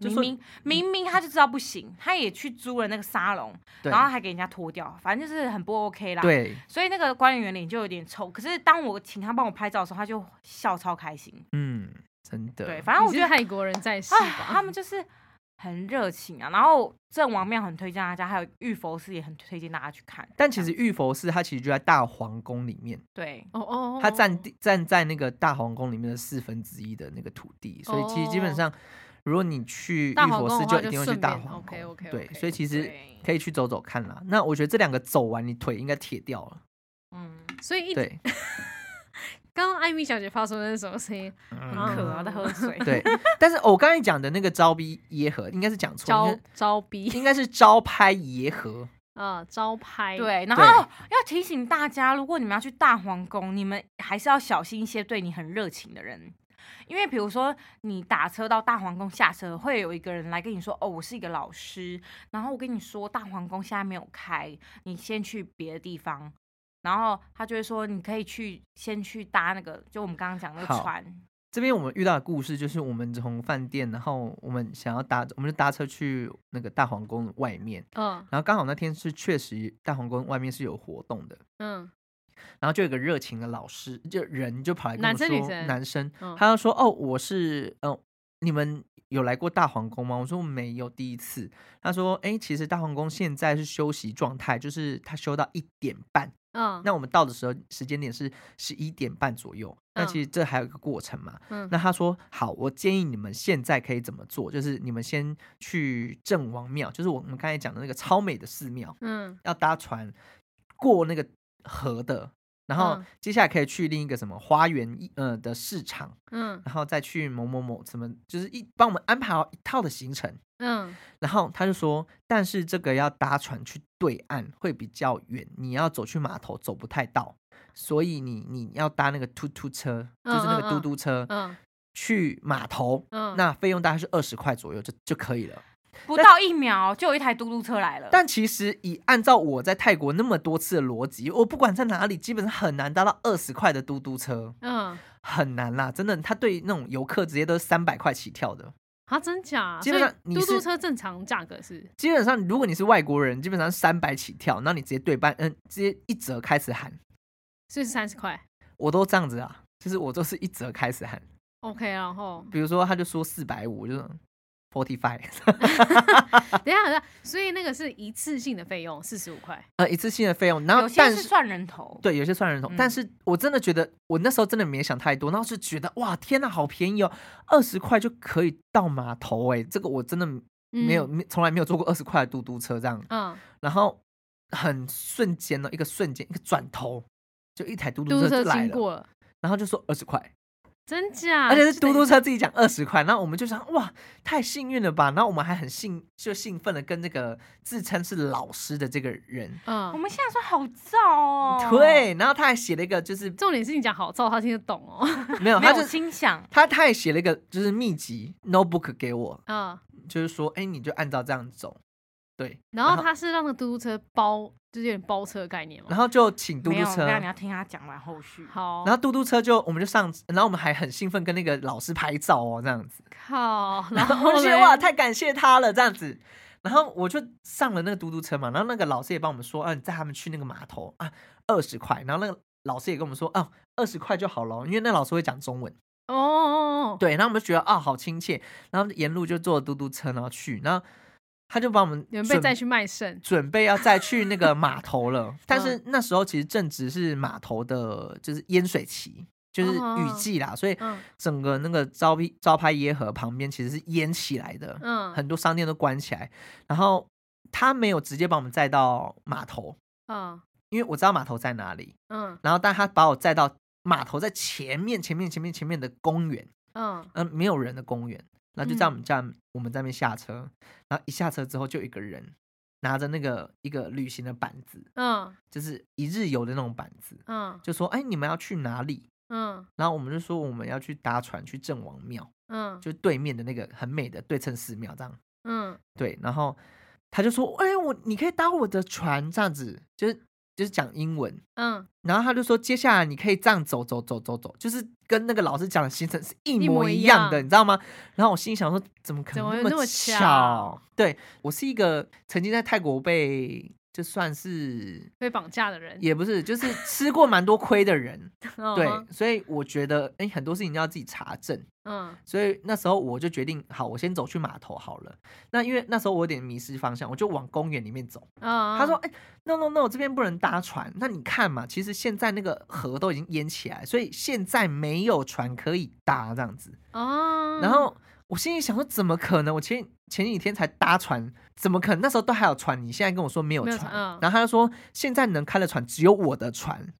[SPEAKER 1] 就说
[SPEAKER 2] 明
[SPEAKER 1] 嗯
[SPEAKER 2] 明明明他就知道不行，他也去租了那个沙龙，
[SPEAKER 1] 对
[SPEAKER 2] 然后还给人家脱掉，反正就是很不 OK 啦。，
[SPEAKER 1] 对，
[SPEAKER 2] 所以那个管理员脸就有点臭。可是当我请他帮我拍照的时候，他就笑超开心。
[SPEAKER 1] 嗯，真的，
[SPEAKER 2] 对，反正
[SPEAKER 3] 你
[SPEAKER 2] 我
[SPEAKER 3] 是
[SPEAKER 2] 觉得
[SPEAKER 3] 泰国人在世
[SPEAKER 2] 啊，
[SPEAKER 3] 吧？
[SPEAKER 2] 他们就是很热情啊。然后郑王庙很推荐大家，还有玉佛寺也很推荐大家去看。
[SPEAKER 1] 但其实玉佛寺它其实就在大皇宫里面，
[SPEAKER 2] 对，
[SPEAKER 3] 哦哦，哦
[SPEAKER 1] 它占地占在那个大皇宫里面的四分之一的那个土地，所以其实基本
[SPEAKER 3] 哦
[SPEAKER 1] 上，如果你去玉
[SPEAKER 3] 大皇
[SPEAKER 1] 佛
[SPEAKER 3] 宫
[SPEAKER 1] 寺，
[SPEAKER 3] 的话
[SPEAKER 1] 一
[SPEAKER 3] 就
[SPEAKER 1] 定会去
[SPEAKER 3] 顺
[SPEAKER 1] 大
[SPEAKER 3] 便
[SPEAKER 1] 皇宫。
[SPEAKER 3] ，OK，OK，OK
[SPEAKER 1] 对，所以其实
[SPEAKER 2] 对，
[SPEAKER 1] 可以去走走看啦。那我觉得这两个走完，你腿应该铁掉 了。
[SPEAKER 2] 嗯，
[SPEAKER 3] 所以一
[SPEAKER 1] 对，
[SPEAKER 3] 刚刚艾米小姐发出的是什么声音？
[SPEAKER 2] 很
[SPEAKER 1] 嗯，
[SPEAKER 2] 渴啊，在 喝水。
[SPEAKER 1] 对。但是哦我刚才讲的那个招逼耶和，应该是讲错，
[SPEAKER 3] 招
[SPEAKER 1] 应
[SPEAKER 3] 招
[SPEAKER 1] 该
[SPEAKER 3] 逼
[SPEAKER 1] 应该是招拍耶和。
[SPEAKER 3] 啊，招拍，
[SPEAKER 2] 对，然后要提醒大家，如果你们要去大皇宫，你们还是要小心一些对你很热情的人，因为比如说你打车到大皇宫下车，会有一个人来跟你说：“哦，我是一个老师，然后我跟你说大皇宫现在没有开，你先去别的地方。”然后他就会说：“你可以去先去搭那个，就我们刚刚讲那个
[SPEAKER 1] 好
[SPEAKER 2] 船，
[SPEAKER 1] 这边我们遇到的故事就是，我们从饭店，然后我们想要搭，我们就搭车去那个大皇宫的外面，
[SPEAKER 3] 嗯
[SPEAKER 1] 然后刚好那天是确实大皇宫外面是有活动的，
[SPEAKER 3] 嗯，
[SPEAKER 1] 然后就有一个热情的老师，就人就跑来跟
[SPEAKER 3] 男
[SPEAKER 1] 我
[SPEAKER 3] 生
[SPEAKER 1] 说，
[SPEAKER 3] 女生
[SPEAKER 1] 男生
[SPEAKER 3] 嗯
[SPEAKER 1] 他就说哦，我是嗯、呃你们有来过大皇宫吗？我说没有，第一次。他说，哎，其实大皇宫现在是休息状态，就是他休到一点半，
[SPEAKER 3] 嗯，
[SPEAKER 1] 那我们到的时候时间点是十一点半左右。那
[SPEAKER 3] 嗯
[SPEAKER 1] 其实这还有一个过程嘛。
[SPEAKER 3] 嗯
[SPEAKER 1] 那他说好，我建议你们现在可以怎么做，就是你们先去郑王庙，就是我们刚才讲的那个超美的寺庙。
[SPEAKER 3] 嗯
[SPEAKER 1] 要搭船过那个河的，然后
[SPEAKER 3] 嗯
[SPEAKER 1] 接下来可以去另一个什么花园一呃的市场，
[SPEAKER 3] 嗯
[SPEAKER 1] 然后再去某某某什么，就是一帮我们安排好一套的行程。
[SPEAKER 3] 嗯，
[SPEAKER 1] 然后他就说，但是这个要搭船去对岸会比较远，你要走去码头走不太到，所以你你要搭那个突突车，就是那
[SPEAKER 3] 嗯嗯
[SPEAKER 1] 个嘟
[SPEAKER 3] 嗯
[SPEAKER 1] 嘟车、
[SPEAKER 3] 嗯
[SPEAKER 1] 去码头，
[SPEAKER 3] 嗯
[SPEAKER 1] 那费用大概是二十块左右就就可以了。
[SPEAKER 2] 不到一秒就有一台嘟嘟车来了。
[SPEAKER 1] 但其实以按照我在泰国那么多次的逻辑，我不管在哪里，基本上很难搭到二十块的嘟嘟车，
[SPEAKER 3] 嗯，
[SPEAKER 1] 很难啦，真的。他对那种游客直接都是三百块起跳的。
[SPEAKER 3] 啊，真假？
[SPEAKER 1] 基本上
[SPEAKER 3] 所以
[SPEAKER 1] 你
[SPEAKER 3] 嘟嘟
[SPEAKER 1] 是
[SPEAKER 3] 车正常价格是
[SPEAKER 1] 基本上如果你是外国人，基本上三百起跳，然后你直接对半，嗯，直接一折开始喊，
[SPEAKER 3] 是三十块
[SPEAKER 1] 我都这样子啊，就是我都是一折开始喊。
[SPEAKER 3] ，OK，然后
[SPEAKER 1] 比如说他就说四百五，我就 forty five， 啊
[SPEAKER 3] 等一下，等一下，所以那个是一次性的费用，四十五块。
[SPEAKER 1] 呃，一次性的费用，然后
[SPEAKER 2] 有些
[SPEAKER 1] 但
[SPEAKER 2] 是
[SPEAKER 1] 是。
[SPEAKER 2] 算人头，
[SPEAKER 1] 对，有些算人头，
[SPEAKER 2] 嗯
[SPEAKER 1] 但是我真的觉得，我那时候真的没想太多，然后是觉得哇，天呐，好便宜哦，二十块就可以到码头哎、这个我真的没有，没从来没有坐过二十块的嘟嘟车这样，
[SPEAKER 3] 嗯，
[SPEAKER 1] 然后很瞬间哦呢，一个瞬间，一个转头，就一台嘟
[SPEAKER 3] 嘟
[SPEAKER 1] 嘟
[SPEAKER 3] 嘟
[SPEAKER 1] 车
[SPEAKER 3] 车
[SPEAKER 1] 就来
[SPEAKER 3] 经
[SPEAKER 1] 了，
[SPEAKER 3] 过了，啊
[SPEAKER 1] 然后就说二十块，
[SPEAKER 3] 真假？
[SPEAKER 1] 而且是嘟嘟
[SPEAKER 3] 车，
[SPEAKER 1] 车自己讲二十块，然后我们就想哇，太幸运了吧，然后我们还很兴就兴奋的跟那个自称是老师的这个人。
[SPEAKER 2] 我
[SPEAKER 3] 嗯，
[SPEAKER 2] 们现在说好燥哦。，
[SPEAKER 1] 对，然后他还写了一个， 就是
[SPEAKER 3] 重点是你讲好照，他听得懂哦。
[SPEAKER 1] 没有，
[SPEAKER 2] 没
[SPEAKER 1] 他就
[SPEAKER 2] 有心想，
[SPEAKER 1] 他他也写了一个就是秘籍 notebook 给我，
[SPEAKER 3] 嗯，
[SPEAKER 1] 就是说，哎、你就按照这样走，对，
[SPEAKER 3] 然后他是让那个嘟嘟车包，就是有点包车的概念嘛。
[SPEAKER 1] 然后就请嘟
[SPEAKER 2] 没
[SPEAKER 1] 嘟
[SPEAKER 2] 有，
[SPEAKER 1] 车，
[SPEAKER 2] 没有，
[SPEAKER 1] 然
[SPEAKER 2] 你要听他讲完后续。
[SPEAKER 3] 好，
[SPEAKER 1] 后嘟嘟车就我们就上，然后我们还很兴奋跟那个老师拍照哦，这样子，
[SPEAKER 3] 靠，然
[SPEAKER 1] 我
[SPEAKER 3] 后
[SPEAKER 1] 就觉得
[SPEAKER 3] 哦嘞
[SPEAKER 1] 哇，太感谢他了，这样子。然后我就上了那个嘟嘟车嘛，然后那个老师也帮我们说，啊，你带他们去那个码头啊，二十块。然后那个老师也跟我们说，啊，二十块就好了，因为那老师会讲中文。
[SPEAKER 3] 哦哦哦，
[SPEAKER 1] 对，然后我们就觉得啊、好亲切，然后沿路就坐嘟嘟车，然后去，然后他就把我们
[SPEAKER 3] 有人被
[SPEAKER 1] 准
[SPEAKER 3] 再去卖肾，
[SPEAKER 1] 准备要再去那个码头 了，但
[SPEAKER 3] 嗯
[SPEAKER 1] 是那时候其实正值是码头的，就是淹水期，就是雨
[SPEAKER 3] 哦
[SPEAKER 1] 季啦，所以
[SPEAKER 3] 嗯
[SPEAKER 1] 整个那个招牌招牌耶河旁边其实是淹起来的，
[SPEAKER 3] 嗯，
[SPEAKER 1] 很多商店都关起来，然后他没有直接把我们载到码头，
[SPEAKER 3] 嗯
[SPEAKER 1] 因为我知道码头在哪里，
[SPEAKER 3] 嗯
[SPEAKER 1] 然后但他把我载到码头在前面前面前面前面的公园。
[SPEAKER 3] 嗯，
[SPEAKER 1] 嗯、没有人的公园，然后就在我
[SPEAKER 3] 嗯
[SPEAKER 1] 们家、我们在那边下车，然后一下车之后就有一个人拿着那个一个旅行的板子，
[SPEAKER 3] 嗯
[SPEAKER 1] 就是一日游的那种板子，
[SPEAKER 3] 嗯
[SPEAKER 1] 就说哎你们要去哪里？
[SPEAKER 3] 嗯
[SPEAKER 1] 然后我们就说我们要去搭船去郑王庙，
[SPEAKER 3] 嗯
[SPEAKER 1] 就对面的那个很美的对称寺庙这样。
[SPEAKER 3] 嗯
[SPEAKER 1] 对，然后他就说哎我你可以搭我的船这样子，就是就是讲英文。
[SPEAKER 3] 嗯，
[SPEAKER 1] 然后他就说，接下来你可以这样走走走走走，就是跟那个老师讲的行程是一
[SPEAKER 3] 一模
[SPEAKER 1] 模
[SPEAKER 3] 一
[SPEAKER 1] 一样的，
[SPEAKER 3] 样
[SPEAKER 1] 你知道吗？然后我心里想说，怎么可
[SPEAKER 3] 怎么
[SPEAKER 1] 能
[SPEAKER 3] 那么
[SPEAKER 1] 么
[SPEAKER 3] 巧
[SPEAKER 1] 对我是一个曾经在泰国被就算是
[SPEAKER 3] 被绑架的人，
[SPEAKER 1] 也不是，就是吃过蛮多亏的人，
[SPEAKER 3] 嗯
[SPEAKER 1] 对
[SPEAKER 3] 哼，
[SPEAKER 1] 所以我觉得哎，很多事情要自己查证。
[SPEAKER 3] 嗯
[SPEAKER 1] 所以那时候我就决定，好，我先走去码头好了。那因为那时候我有点迷失方向，我就往公园里面走。
[SPEAKER 3] 嗯，
[SPEAKER 1] 他说：“哎、n o no no，这边不能搭船。那你看嘛，其实现在那个河都已经淹起来，所以现在没有船可以搭这样子。
[SPEAKER 3] 哦，
[SPEAKER 1] 然后我心里想说，怎么可能？我前前几天才搭船，怎么可能？那时候都还有船，你现在跟我说没有
[SPEAKER 3] 没有
[SPEAKER 1] 船。
[SPEAKER 3] 船嗯
[SPEAKER 1] 然后他就说，现在能开的船只有我的船。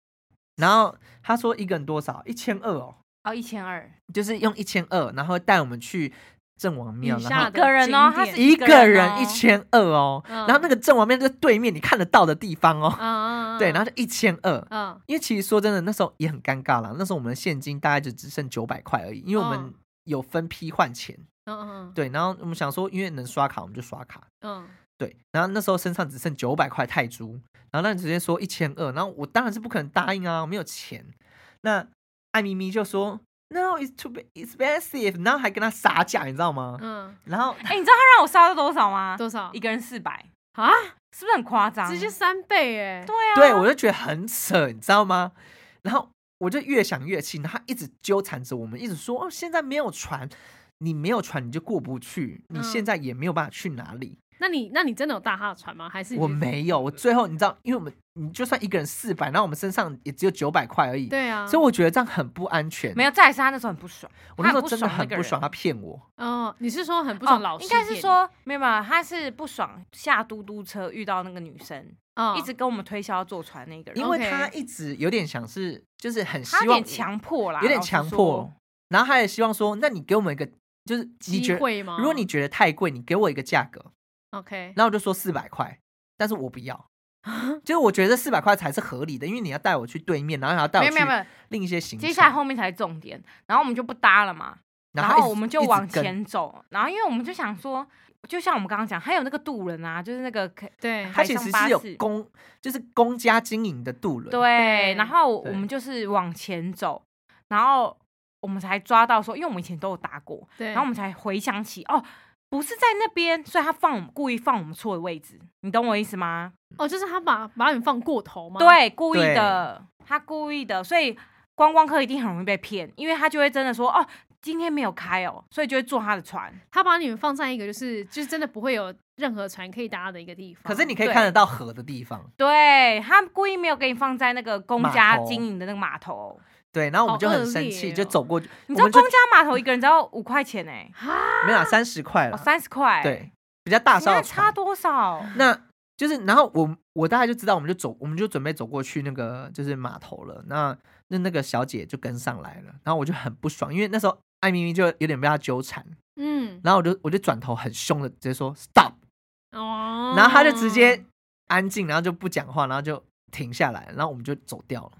[SPEAKER 1] 然后他说一个人多少？一千二哦，
[SPEAKER 2] 哦，一千二，
[SPEAKER 1] 就是用一千二，然后带我们去郑王庙，
[SPEAKER 3] 以
[SPEAKER 1] 然后
[SPEAKER 3] 下的
[SPEAKER 2] 个人哦
[SPEAKER 3] 景
[SPEAKER 2] 他
[SPEAKER 3] 点
[SPEAKER 2] 是
[SPEAKER 1] 一个人
[SPEAKER 2] 哦
[SPEAKER 1] 一千二哦，
[SPEAKER 3] 嗯
[SPEAKER 1] 然后那个郑王庙就是对面你看得到的地方哦，
[SPEAKER 3] 嗯嗯，
[SPEAKER 1] 对，然后就一千二。
[SPEAKER 3] 嗯
[SPEAKER 1] 因为其实说真的，那时候也很尴尬啦。那时候我们的现金大概就只剩九百块而已，因为我
[SPEAKER 3] 嗯
[SPEAKER 1] 们有分批换钱。
[SPEAKER 3] 嗯嗯
[SPEAKER 1] 对，然后我们想说，因为能刷卡，我们就刷卡。
[SPEAKER 3] 嗯
[SPEAKER 1] 对，然后那时候身上只剩九百块泰铢，然后那你直接说一千二，然后我当然是不可能答应啊，我没有钱。那艾咪咪就说 No, it's too expensive，然后还跟他撒价，你知道吗？
[SPEAKER 3] 嗯，
[SPEAKER 1] 然后
[SPEAKER 2] 哎、你知道 他让我杀到多少吗？
[SPEAKER 3] 多少
[SPEAKER 2] 一个人四百，
[SPEAKER 3] 啊？
[SPEAKER 2] 是不是很夸张？
[SPEAKER 3] 直接三倍哎，
[SPEAKER 2] 对啊，
[SPEAKER 1] 对，我就觉得很扯，你知道吗？然后我就越想越气，然后他一直纠缠着我们，一直说哦，现在没有船，你没有船你就过不去，你现
[SPEAKER 3] 嗯
[SPEAKER 1] 在也没有办法去哪里。
[SPEAKER 3] 那你那你真的有搭他的船吗？还是你
[SPEAKER 1] 我
[SPEAKER 3] 觉得
[SPEAKER 1] 没有，我最后你知道，因为我们你就算一个人四百，然后我们身上也只有九百块而已，
[SPEAKER 3] 对啊，
[SPEAKER 1] 所以我觉得这样很不安全。
[SPEAKER 2] 没有，再来是他那时候很不爽，
[SPEAKER 1] 我那时
[SPEAKER 2] 他
[SPEAKER 1] 候真
[SPEAKER 2] 很
[SPEAKER 1] 的
[SPEAKER 2] 不爽
[SPEAKER 1] 很
[SPEAKER 2] 那个
[SPEAKER 1] 不爽，
[SPEAKER 2] 人
[SPEAKER 1] 他骗我。
[SPEAKER 3] 哦，你是说很不爽老
[SPEAKER 2] 哦
[SPEAKER 3] 师？
[SPEAKER 2] 应该是，说没有没有，他是不爽下嘟嘟车遇到那个女生，
[SPEAKER 3] 嗯
[SPEAKER 2] 一直跟我们推销坐船那个人，
[SPEAKER 1] 因为
[SPEAKER 3] OK
[SPEAKER 1] 他一直有点想是，就是很希
[SPEAKER 2] 他有
[SPEAKER 1] 望
[SPEAKER 2] 点，强迫啦，
[SPEAKER 1] 有点
[SPEAKER 2] 老实
[SPEAKER 1] 强
[SPEAKER 2] 说
[SPEAKER 1] 迫，，然后他也希望说，那你给我们一个，就是你
[SPEAKER 3] 机
[SPEAKER 1] 觉得，
[SPEAKER 3] 会吗？
[SPEAKER 1] 如果你觉得太贵，你给我一个价格，
[SPEAKER 3] OK，
[SPEAKER 1] 然后我就说四百块，但是我不要，
[SPEAKER 2] 啊
[SPEAKER 1] 就是我觉得四百块才是合理的，因为你要带我去对面，然后还要带我
[SPEAKER 2] 没有
[SPEAKER 1] 去
[SPEAKER 2] 没有没有，
[SPEAKER 1] 另一些行程，
[SPEAKER 2] 接下来后面才是重点，然后我们就不搭了嘛，然
[SPEAKER 1] 他一直
[SPEAKER 2] 后我们就
[SPEAKER 1] 一直
[SPEAKER 2] 往
[SPEAKER 1] 跟
[SPEAKER 2] 前走，然后因为我们就想说，就像我们刚刚讲，还有那个渡人啊，就是那个可
[SPEAKER 3] 对，
[SPEAKER 1] 它
[SPEAKER 2] 还
[SPEAKER 1] 其
[SPEAKER 2] 上
[SPEAKER 1] 实
[SPEAKER 2] 巴
[SPEAKER 1] 是有
[SPEAKER 2] 士
[SPEAKER 1] 公，就是公家经营的渡轮。，
[SPEAKER 2] 对，然后我
[SPEAKER 1] 对
[SPEAKER 2] 们就是往前走，然后我们才抓到说，因为我们以前都有搭过，
[SPEAKER 3] 对，
[SPEAKER 2] 然后我们才回想起哦。不是在那边，所以他放我们故意放我们错的位置，你懂我意思吗？
[SPEAKER 3] 哦，就是他把把你放过头吗？，
[SPEAKER 2] 对，故意
[SPEAKER 1] 对
[SPEAKER 2] 的，他故意的，所以观光客一定很容易被骗，因为他就会真的说哦，今天没有开哦，所以就会坐他的船。
[SPEAKER 3] 他把你们放在一个就是就是真的不会有任何船可以搭的一个地方。
[SPEAKER 1] 可是你可以
[SPEAKER 2] 啊对
[SPEAKER 1] 看得到河的地方。
[SPEAKER 2] 对他故意没有给你放在那个公
[SPEAKER 1] 码
[SPEAKER 2] 家
[SPEAKER 1] 头
[SPEAKER 2] 经营的那个码头，
[SPEAKER 1] 对，然后我
[SPEAKER 3] 好
[SPEAKER 1] 们就
[SPEAKER 3] 恶
[SPEAKER 1] 很生
[SPEAKER 3] 劣
[SPEAKER 1] 气，
[SPEAKER 3] 哦
[SPEAKER 1] 就走过去。
[SPEAKER 2] 你
[SPEAKER 1] 我
[SPEAKER 2] 知道
[SPEAKER 1] 们就
[SPEAKER 2] 公家码头一个人只要五块钱哎、
[SPEAKER 1] 没有啊，三十块
[SPEAKER 2] 哦
[SPEAKER 1] 了。
[SPEAKER 2] 三十块，，
[SPEAKER 1] 对，比较大
[SPEAKER 2] 你
[SPEAKER 1] 艘
[SPEAKER 2] 看
[SPEAKER 1] 的
[SPEAKER 2] 差
[SPEAKER 1] 船。
[SPEAKER 2] 多少？
[SPEAKER 1] 那就是，然后我我大概就知道，我们就走，我们就准备走过去那个就是码头了。那那那个小姐就跟上来了，然后我就很不爽，因为那时候艾咪咪就有点被她纠缠，
[SPEAKER 3] 嗯，
[SPEAKER 1] 然后我就我就转头很凶的直接说 stop，
[SPEAKER 3] 哦，
[SPEAKER 1] 然后她就直接安静，然后就不讲话，然后就停下来，然后我们就走掉了。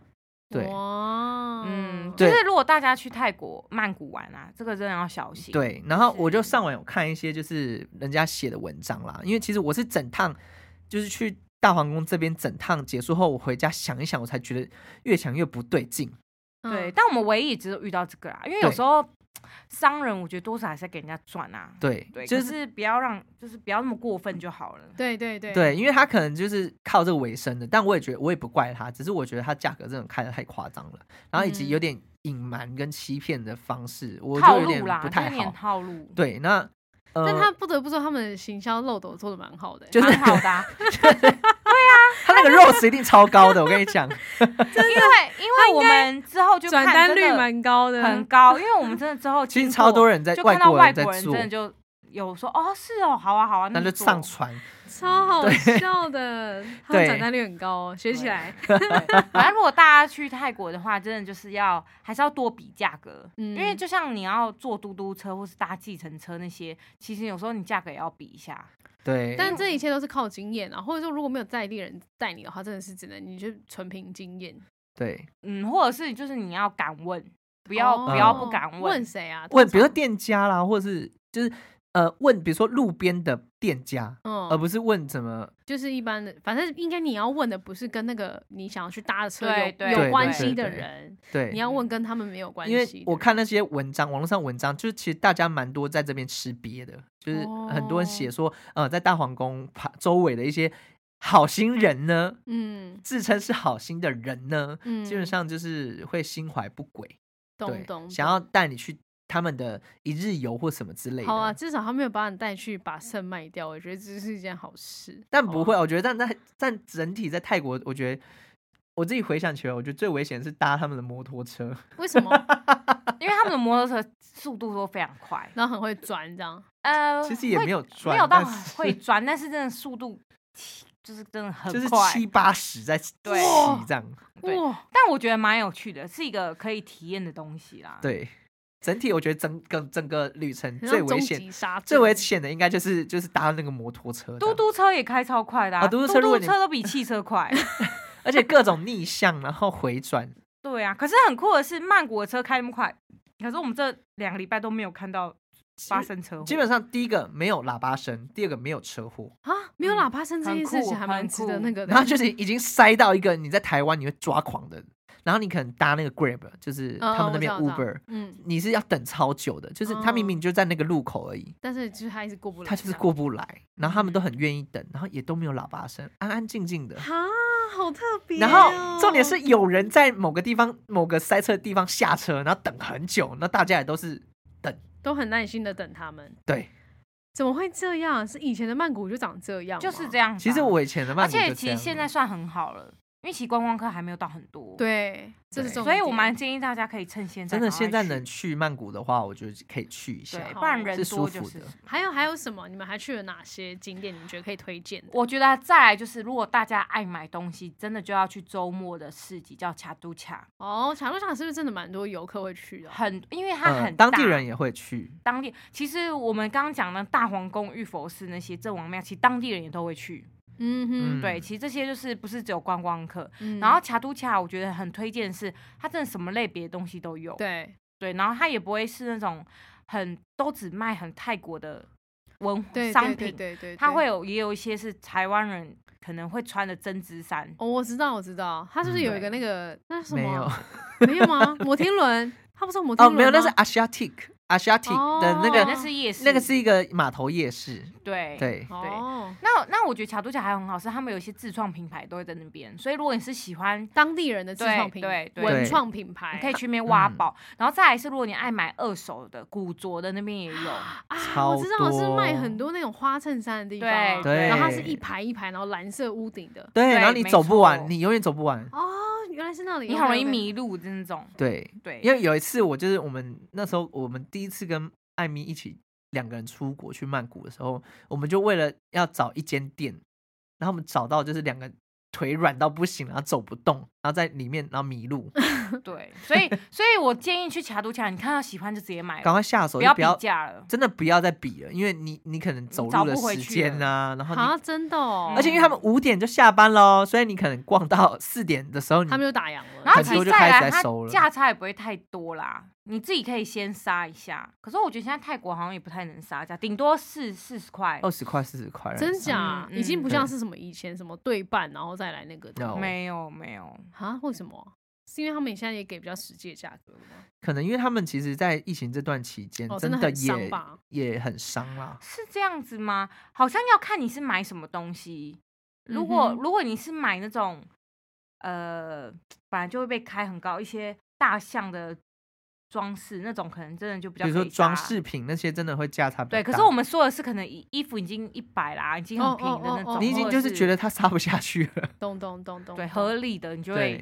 [SPEAKER 1] 对，
[SPEAKER 3] 哇，哦
[SPEAKER 2] 嗯，就
[SPEAKER 1] 对
[SPEAKER 2] 是如果大家去泰国曼谷玩啊，这个真的要小心。，
[SPEAKER 1] 对，然后我就是上网有看一些就是人家写的文章啦，因为其实我是整趟就是去大皇宫这边整趟结束后，我回家想一想，我才觉得越想越不对劲。
[SPEAKER 3] 嗯
[SPEAKER 2] 对，但我们唯一也只有遇到这个啦，因为有
[SPEAKER 1] 对
[SPEAKER 2] 时候商人，我觉得多少还是要给人家赚啊。
[SPEAKER 1] 对，
[SPEAKER 2] 对，
[SPEAKER 1] 就
[SPEAKER 2] 就是是不要让，就是不要那么过分就好了。
[SPEAKER 3] 对对对
[SPEAKER 1] 对，因为他可能就是靠这个为生的，但我也觉得我也不怪他，只是我觉得他价格真的开的太夸张了，然后以及有
[SPEAKER 3] 嗯
[SPEAKER 1] 点隐瞒跟欺骗的方式，我
[SPEAKER 2] 套
[SPEAKER 1] 就有点
[SPEAKER 2] 路啦，
[SPEAKER 1] 不
[SPEAKER 2] 就是
[SPEAKER 1] 太
[SPEAKER 2] 有点
[SPEAKER 1] 好。
[SPEAKER 2] 套路，
[SPEAKER 1] 对，那呃，
[SPEAKER 3] 但他不得不说，他们的行销漏斗做的蛮好的、
[SPEAKER 1] 就是
[SPEAKER 2] 蛮好 的啊、
[SPEAKER 1] 他那个 ROS 一定超高的，我跟你 讲。
[SPEAKER 2] 因为因为我们之后就
[SPEAKER 3] 转
[SPEAKER 2] 看
[SPEAKER 3] 单
[SPEAKER 2] 真
[SPEAKER 3] 率
[SPEAKER 2] 的
[SPEAKER 3] 蛮高的，
[SPEAKER 2] 很高，因为我们真的 之后
[SPEAKER 1] 其实
[SPEAKER 2] 经
[SPEAKER 1] 超
[SPEAKER 2] 过
[SPEAKER 1] 多人在
[SPEAKER 2] 就
[SPEAKER 1] 外
[SPEAKER 2] 看到
[SPEAKER 1] 国
[SPEAKER 2] 外
[SPEAKER 1] 人
[SPEAKER 2] 国
[SPEAKER 1] 在
[SPEAKER 2] 人真
[SPEAKER 1] 做，
[SPEAKER 2] 的就有说哦是哦好啊好啊，
[SPEAKER 1] 那就
[SPEAKER 2] 做
[SPEAKER 1] 上 传。
[SPEAKER 3] 超好
[SPEAKER 1] 对
[SPEAKER 3] 笑的，他们
[SPEAKER 1] 对
[SPEAKER 3] 转单率很高、哦，学起来。
[SPEAKER 2] 对反正如果大家去泰国的话，真的就是要还是要多比价格，
[SPEAKER 3] 嗯
[SPEAKER 2] 因为就像你要坐嘟嘟车或是搭计程车那些，其实有时候你价格也要比一下。
[SPEAKER 1] 对，
[SPEAKER 3] 但这一切都是靠经验啊，或者说如果没有在地人带你的话，真的是只能你就纯凭经验，
[SPEAKER 1] 对，
[SPEAKER 2] 嗯，或者是就是你要敢问，不要、
[SPEAKER 3] 哦
[SPEAKER 2] 不要不敢
[SPEAKER 3] 问谁啊？
[SPEAKER 1] 问比如说
[SPEAKER 3] 店，
[SPEAKER 1] 店家啦，或是就是呃问，比如说路边的店家，
[SPEAKER 3] 嗯
[SPEAKER 1] 呃而不是问怎么
[SPEAKER 3] 就是一般的，反正应该你要问的不是跟那个你想要去搭的车
[SPEAKER 2] 对
[SPEAKER 3] 有
[SPEAKER 2] 对
[SPEAKER 3] 有
[SPEAKER 1] 对
[SPEAKER 3] 关
[SPEAKER 1] 对
[SPEAKER 3] 系的
[SPEAKER 1] 对
[SPEAKER 3] 人，
[SPEAKER 1] 对
[SPEAKER 3] 你。要问跟他们没有关系
[SPEAKER 1] 因
[SPEAKER 3] 的
[SPEAKER 1] 为
[SPEAKER 3] 人。
[SPEAKER 1] 我看那些文章，网络上文章，就是其实大家蛮多在这边吃瘪的，就是很多人
[SPEAKER 3] 哦
[SPEAKER 1] 写说，呃，在大皇宫旁周围的一些好心人呢，
[SPEAKER 3] 嗯
[SPEAKER 1] 自称是好心的人呢，
[SPEAKER 3] 嗯，
[SPEAKER 1] 基本上就是会心怀不轨，
[SPEAKER 3] 懂
[SPEAKER 1] 对
[SPEAKER 3] 懂，
[SPEAKER 1] 想
[SPEAKER 3] 懂
[SPEAKER 1] 要带你去他们的一日游或什么之类的。
[SPEAKER 3] 好啊，至少他没有把你带去把肾卖掉，我觉得这是一件好事。
[SPEAKER 1] 但
[SPEAKER 3] 好啊
[SPEAKER 1] 不
[SPEAKER 3] 吧
[SPEAKER 1] 会，我觉得但但但整体在泰国，我觉得我自己回想起来，我觉得最危险是搭他们的摩托车。
[SPEAKER 3] 为什么？
[SPEAKER 2] 因为他们的摩托车速度都非常快，
[SPEAKER 3] 然后很会钻这样，
[SPEAKER 2] 呃，
[SPEAKER 1] 其实也
[SPEAKER 2] 会
[SPEAKER 1] 没有
[SPEAKER 2] 没
[SPEAKER 1] 转
[SPEAKER 2] 有到
[SPEAKER 1] 但是
[SPEAKER 2] 会转，但是真的速度就是真的很
[SPEAKER 1] 就是
[SPEAKER 2] 快，
[SPEAKER 1] 七八十在骑
[SPEAKER 2] 对
[SPEAKER 1] 这样，
[SPEAKER 2] 对
[SPEAKER 3] 哇，
[SPEAKER 2] 但我觉得蛮有趣的，是一个可以体验的东西啦。，
[SPEAKER 1] 对。整体我觉得整个整个旅程
[SPEAKER 3] 很
[SPEAKER 1] 最
[SPEAKER 3] 像
[SPEAKER 1] 危
[SPEAKER 3] 终
[SPEAKER 1] 险、
[SPEAKER 3] 极杀阵
[SPEAKER 1] 最危险的应该就是就是搭那个摩托车这
[SPEAKER 2] 嘟
[SPEAKER 1] 样，
[SPEAKER 2] 嘟车也开超快的、
[SPEAKER 1] 啊嘟嘟车如果你
[SPEAKER 2] 车都比汽 车快。
[SPEAKER 1] 而且各种逆向，然后回转，
[SPEAKER 2] 对啊，可是很酷的是，曼谷的车开那么快，可是我们这两个礼拜都没有看到发生车祸。
[SPEAKER 1] 基本上第一个没有喇叭声，第二个没有车祸，
[SPEAKER 3] 啊！没有
[SPEAKER 2] 嗯
[SPEAKER 3] 喇叭声这
[SPEAKER 2] 很
[SPEAKER 3] 件事
[SPEAKER 2] 酷
[SPEAKER 3] 情还蛮
[SPEAKER 2] 很
[SPEAKER 3] 值得
[SPEAKER 2] 酷
[SPEAKER 3] 那个 的。
[SPEAKER 1] 然后就是已经塞到一个你在台湾你会抓狂的，然后你可能搭那个 Grab，就是
[SPEAKER 3] 嗯
[SPEAKER 1] 他们那
[SPEAKER 3] 我知
[SPEAKER 1] 边
[SPEAKER 3] 道我知道
[SPEAKER 1] Uber，、
[SPEAKER 3] 嗯，
[SPEAKER 1] 你是要等超久的，就是他明
[SPEAKER 3] 哦
[SPEAKER 1] 明就在那个路口而已，
[SPEAKER 3] 但是就是他一直过不来，
[SPEAKER 1] 他就是过不来，然后他们都很愿意等，然后也都没有喇叭声，安安静静的。
[SPEAKER 3] 哈，好特别哦
[SPEAKER 1] 然
[SPEAKER 2] 哦
[SPEAKER 1] 后重点是有人在某个地方、某个塞车的地方下车，然后等很久，那大家也都是
[SPEAKER 3] 都很耐心的等他们，
[SPEAKER 1] 对。
[SPEAKER 3] 怎么会这样？是以前的曼谷就长这样吗，
[SPEAKER 2] 就是这样子啊、
[SPEAKER 1] 其实我以前的
[SPEAKER 2] 而
[SPEAKER 1] 曼谷就
[SPEAKER 2] 且
[SPEAKER 1] 这
[SPEAKER 2] 其实
[SPEAKER 1] 样
[SPEAKER 2] 现在算很好了，因为其实观光客还没有到很多，，
[SPEAKER 3] 对，这是
[SPEAKER 1] 对
[SPEAKER 3] 重
[SPEAKER 2] 所以我
[SPEAKER 3] 点
[SPEAKER 2] 蛮建议大家可以趁现在
[SPEAKER 1] 真的
[SPEAKER 2] 赶快去，
[SPEAKER 1] 现在能去曼谷的话，我觉得可以去一下
[SPEAKER 2] 对，。不然
[SPEAKER 3] 好
[SPEAKER 2] 人
[SPEAKER 1] 是
[SPEAKER 2] 多
[SPEAKER 1] 舒
[SPEAKER 2] 就
[SPEAKER 1] 服
[SPEAKER 2] 是
[SPEAKER 1] 的
[SPEAKER 3] 还有还有什么？你们还去了哪些景点？你们觉得可以推荐的？
[SPEAKER 2] 我觉得再来就是，如果大家爱买东西，真的就要去周末的市集，叫卡都卡，
[SPEAKER 3] 哦，卡路卡是不是真的蛮多游客会去的啊？
[SPEAKER 2] 很，因为它
[SPEAKER 1] 嗯，
[SPEAKER 2] 很、
[SPEAKER 1] 当地人。也会去，
[SPEAKER 2] 当地其实我们刚刚讲的大皇宫、玉佛寺那些郑王庙，其实当地人也都会去。
[SPEAKER 3] 嗯哼，
[SPEAKER 2] 对，
[SPEAKER 1] 嗯
[SPEAKER 2] 其实这些就是不是只有观光客。
[SPEAKER 3] 嗯
[SPEAKER 2] 然后卡都卡，我觉得很推荐的是，它真的什么类别的东西都有。
[SPEAKER 3] 对
[SPEAKER 2] 对然后它也不会是那种很都只卖很泰国的文
[SPEAKER 3] 对
[SPEAKER 2] 商品，
[SPEAKER 3] 对对对对，
[SPEAKER 2] 它
[SPEAKER 3] 对
[SPEAKER 2] 会有也有一些是台湾人可能会穿的针织衫。
[SPEAKER 3] 哦，我知道，我知道，他是不是
[SPEAKER 1] 嗯
[SPEAKER 3] 有一个那个那是什么？
[SPEAKER 1] 没有
[SPEAKER 3] 没有 吗？摩天轮，他不是有摩
[SPEAKER 1] 哦，
[SPEAKER 3] 天轮
[SPEAKER 1] 没有，那是
[SPEAKER 3] 吗
[SPEAKER 1] Asiatic Asiatic 的那
[SPEAKER 2] 对，
[SPEAKER 1] 个
[SPEAKER 3] 哦
[SPEAKER 2] 那是夜市，
[SPEAKER 1] 那个是一个码头夜市，
[SPEAKER 2] 对。
[SPEAKER 1] 对，
[SPEAKER 3] 哦，
[SPEAKER 2] 那那我觉得卡都卡还很好，是他们有一些自创品牌都会在那边，所以如果你是喜欢，
[SPEAKER 3] 当地人的自创
[SPEAKER 2] 对
[SPEAKER 3] 品
[SPEAKER 2] 对对
[SPEAKER 3] 文
[SPEAKER 1] 对
[SPEAKER 3] 创品牌，
[SPEAKER 2] 你可以去那边挖
[SPEAKER 1] 嗯
[SPEAKER 2] 宝。然后再来是，如果你爱买二手的古着的，那边也有。
[SPEAKER 3] 啊，
[SPEAKER 1] 超
[SPEAKER 3] 我知道是卖
[SPEAKER 1] 多
[SPEAKER 3] 很多那种花衬衫的地方
[SPEAKER 2] 对
[SPEAKER 3] 啊，
[SPEAKER 1] 对
[SPEAKER 3] 然后它是一排一排，然后蓝色屋顶的，
[SPEAKER 1] 对，然后你
[SPEAKER 2] 没
[SPEAKER 1] 走不
[SPEAKER 2] 错
[SPEAKER 1] 完，你永远走不完。
[SPEAKER 3] 哦，原来是那里，
[SPEAKER 2] 你很容易
[SPEAKER 3] OK，OK
[SPEAKER 2] 迷路的那种。
[SPEAKER 1] 对，
[SPEAKER 2] 对，
[SPEAKER 1] 因为有一次我就是我们那时候我们第一次跟艾米一起两个人出国去曼谷的时候，我们就为了要找一间店，然后我们找到就是两个腿软到不行，然后走不动，然后在里面然后迷路，
[SPEAKER 2] 对，所以所以我建议去卡都卡，你看到喜欢就直接买
[SPEAKER 1] 赶
[SPEAKER 2] 了，
[SPEAKER 1] 快下手，
[SPEAKER 2] 不
[SPEAKER 1] 就
[SPEAKER 2] 要
[SPEAKER 1] 不
[SPEAKER 2] 比
[SPEAKER 1] 要
[SPEAKER 2] 价了。
[SPEAKER 1] 真的不要再比了，因为你你可能走
[SPEAKER 2] 找
[SPEAKER 1] 路
[SPEAKER 2] 不
[SPEAKER 1] 的
[SPEAKER 2] 回
[SPEAKER 1] 时
[SPEAKER 2] 去
[SPEAKER 1] 间啊，然后
[SPEAKER 3] 啊，
[SPEAKER 1] 你。
[SPEAKER 3] 真的哦，
[SPEAKER 1] 而且因为他们五点就下班喽，所以你可能逛到四点的时候，你
[SPEAKER 3] 他们就打烊了，
[SPEAKER 2] 然后
[SPEAKER 1] 很
[SPEAKER 2] 其
[SPEAKER 1] 多
[SPEAKER 2] 实
[SPEAKER 1] 就
[SPEAKER 2] 再
[SPEAKER 1] 开始在
[SPEAKER 2] 来，它
[SPEAKER 1] 收了
[SPEAKER 2] 价差也不会太多啦，你自己可以先杀一下。可是我觉得现在泰国好像也不太能杀价，顶多四四十块。
[SPEAKER 1] 二十块四十块，
[SPEAKER 3] 真假
[SPEAKER 2] 嗯
[SPEAKER 3] 已经不像
[SPEAKER 1] 对
[SPEAKER 3] 是什么以前什么对半然后再来那个的
[SPEAKER 1] ？No，
[SPEAKER 2] 没有没有，
[SPEAKER 3] 啊？为什么？是因为他们现在也给比较实际的价格了吗？
[SPEAKER 1] 可能因为他们其实，在疫情这段期间，
[SPEAKER 3] 哦，
[SPEAKER 1] 真
[SPEAKER 3] 的很伤
[SPEAKER 1] 也
[SPEAKER 3] 吧？
[SPEAKER 1] 也很伤啦。
[SPEAKER 2] 是这样子吗？好像要看你是买什么东西。如果、
[SPEAKER 3] 嗯哼
[SPEAKER 2] 如果你是买那种，呃，本来就会被开很高一些大象的装饰，那种可能真的就比
[SPEAKER 1] 比
[SPEAKER 2] 较
[SPEAKER 1] 如说
[SPEAKER 2] 可以杀
[SPEAKER 1] 装饰品那些，真的会价差比较
[SPEAKER 2] 对，
[SPEAKER 1] 大。
[SPEAKER 2] 可是我们说的是可能衣衣服已经一百啦，已经很平的那
[SPEAKER 3] 哦哦哦哦
[SPEAKER 2] 种，
[SPEAKER 1] 你已经
[SPEAKER 2] 或
[SPEAKER 1] 就
[SPEAKER 2] 者
[SPEAKER 1] 是
[SPEAKER 2] 是
[SPEAKER 1] 觉得它杀不下去 了。
[SPEAKER 3] 咚咚咚咚，
[SPEAKER 2] 对
[SPEAKER 3] 咚
[SPEAKER 2] 合理的，你就会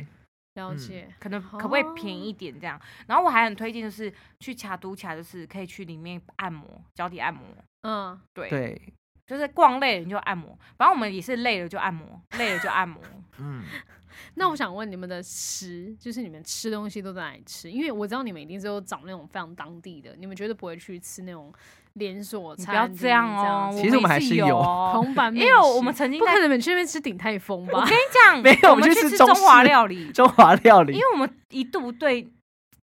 [SPEAKER 1] 对，哦
[SPEAKER 3] 了
[SPEAKER 1] 嗯
[SPEAKER 3] 解。
[SPEAKER 2] 可能可不可以便宜一点这样？然后我还很推荐就是去卡都卡，就是可以去里面按摩脚底按摩，
[SPEAKER 3] 嗯，
[SPEAKER 2] 对，
[SPEAKER 1] 对，
[SPEAKER 2] 就是逛累了你就按摩，反正我们也是累了就按摩，累了就按 摩。
[SPEAKER 1] 嗯，
[SPEAKER 3] 那我想问你们的食，就是你们吃东西都在哪里吃？因为我知道你们一定是有找那种非常当地的，你们绝对不会去吃那种连锁
[SPEAKER 2] 你
[SPEAKER 3] 餐。
[SPEAKER 2] 不要这样哦，
[SPEAKER 1] 其实我们还是
[SPEAKER 2] 有
[SPEAKER 1] 有
[SPEAKER 2] 哦，
[SPEAKER 3] 铜板美
[SPEAKER 2] 因
[SPEAKER 3] 食，
[SPEAKER 2] 为我们曾经
[SPEAKER 3] 不
[SPEAKER 2] 在
[SPEAKER 3] 可，能你们去那边吃鼎泰丰
[SPEAKER 2] 我
[SPEAKER 3] 吧
[SPEAKER 2] 跟？你讲，
[SPEAKER 1] 没有
[SPEAKER 2] 我
[SPEAKER 1] 我们去
[SPEAKER 2] 去
[SPEAKER 1] 吃
[SPEAKER 2] 中
[SPEAKER 1] 中
[SPEAKER 2] 华
[SPEAKER 1] 式
[SPEAKER 2] 料理，
[SPEAKER 1] 中华料理
[SPEAKER 2] 因，为我们一度对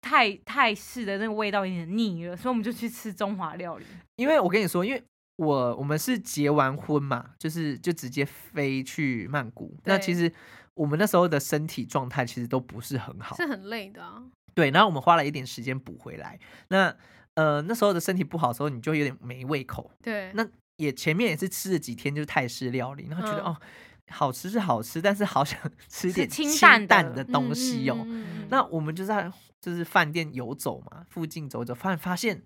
[SPEAKER 2] 泰泰式的那个味道有点腻了，所以我们就去吃中华料理。
[SPEAKER 1] 因为我跟你说，因为我我们是结完婚嘛，就是就直接飞去曼谷。那
[SPEAKER 3] 对
[SPEAKER 1] 其实我们那时候的身体状态其实都不是很好，
[SPEAKER 3] 是很累的、啊，
[SPEAKER 1] 对，然后我们花了一点时间补回来。那呃，那时候的身体不好的时候，你就有点没胃口。
[SPEAKER 3] 对，嗯
[SPEAKER 1] 那也前面也是吃了几天就是泰式料理，然后觉得、
[SPEAKER 3] 嗯
[SPEAKER 1] 哦，好吃是好吃，但是好想 吃点
[SPEAKER 2] 清淡
[SPEAKER 1] 淡的
[SPEAKER 2] 的
[SPEAKER 1] 东西哦。
[SPEAKER 3] 嗯嗯嗯嗯
[SPEAKER 1] 那我们就在就是饭店游走嘛，附近走走，发现发现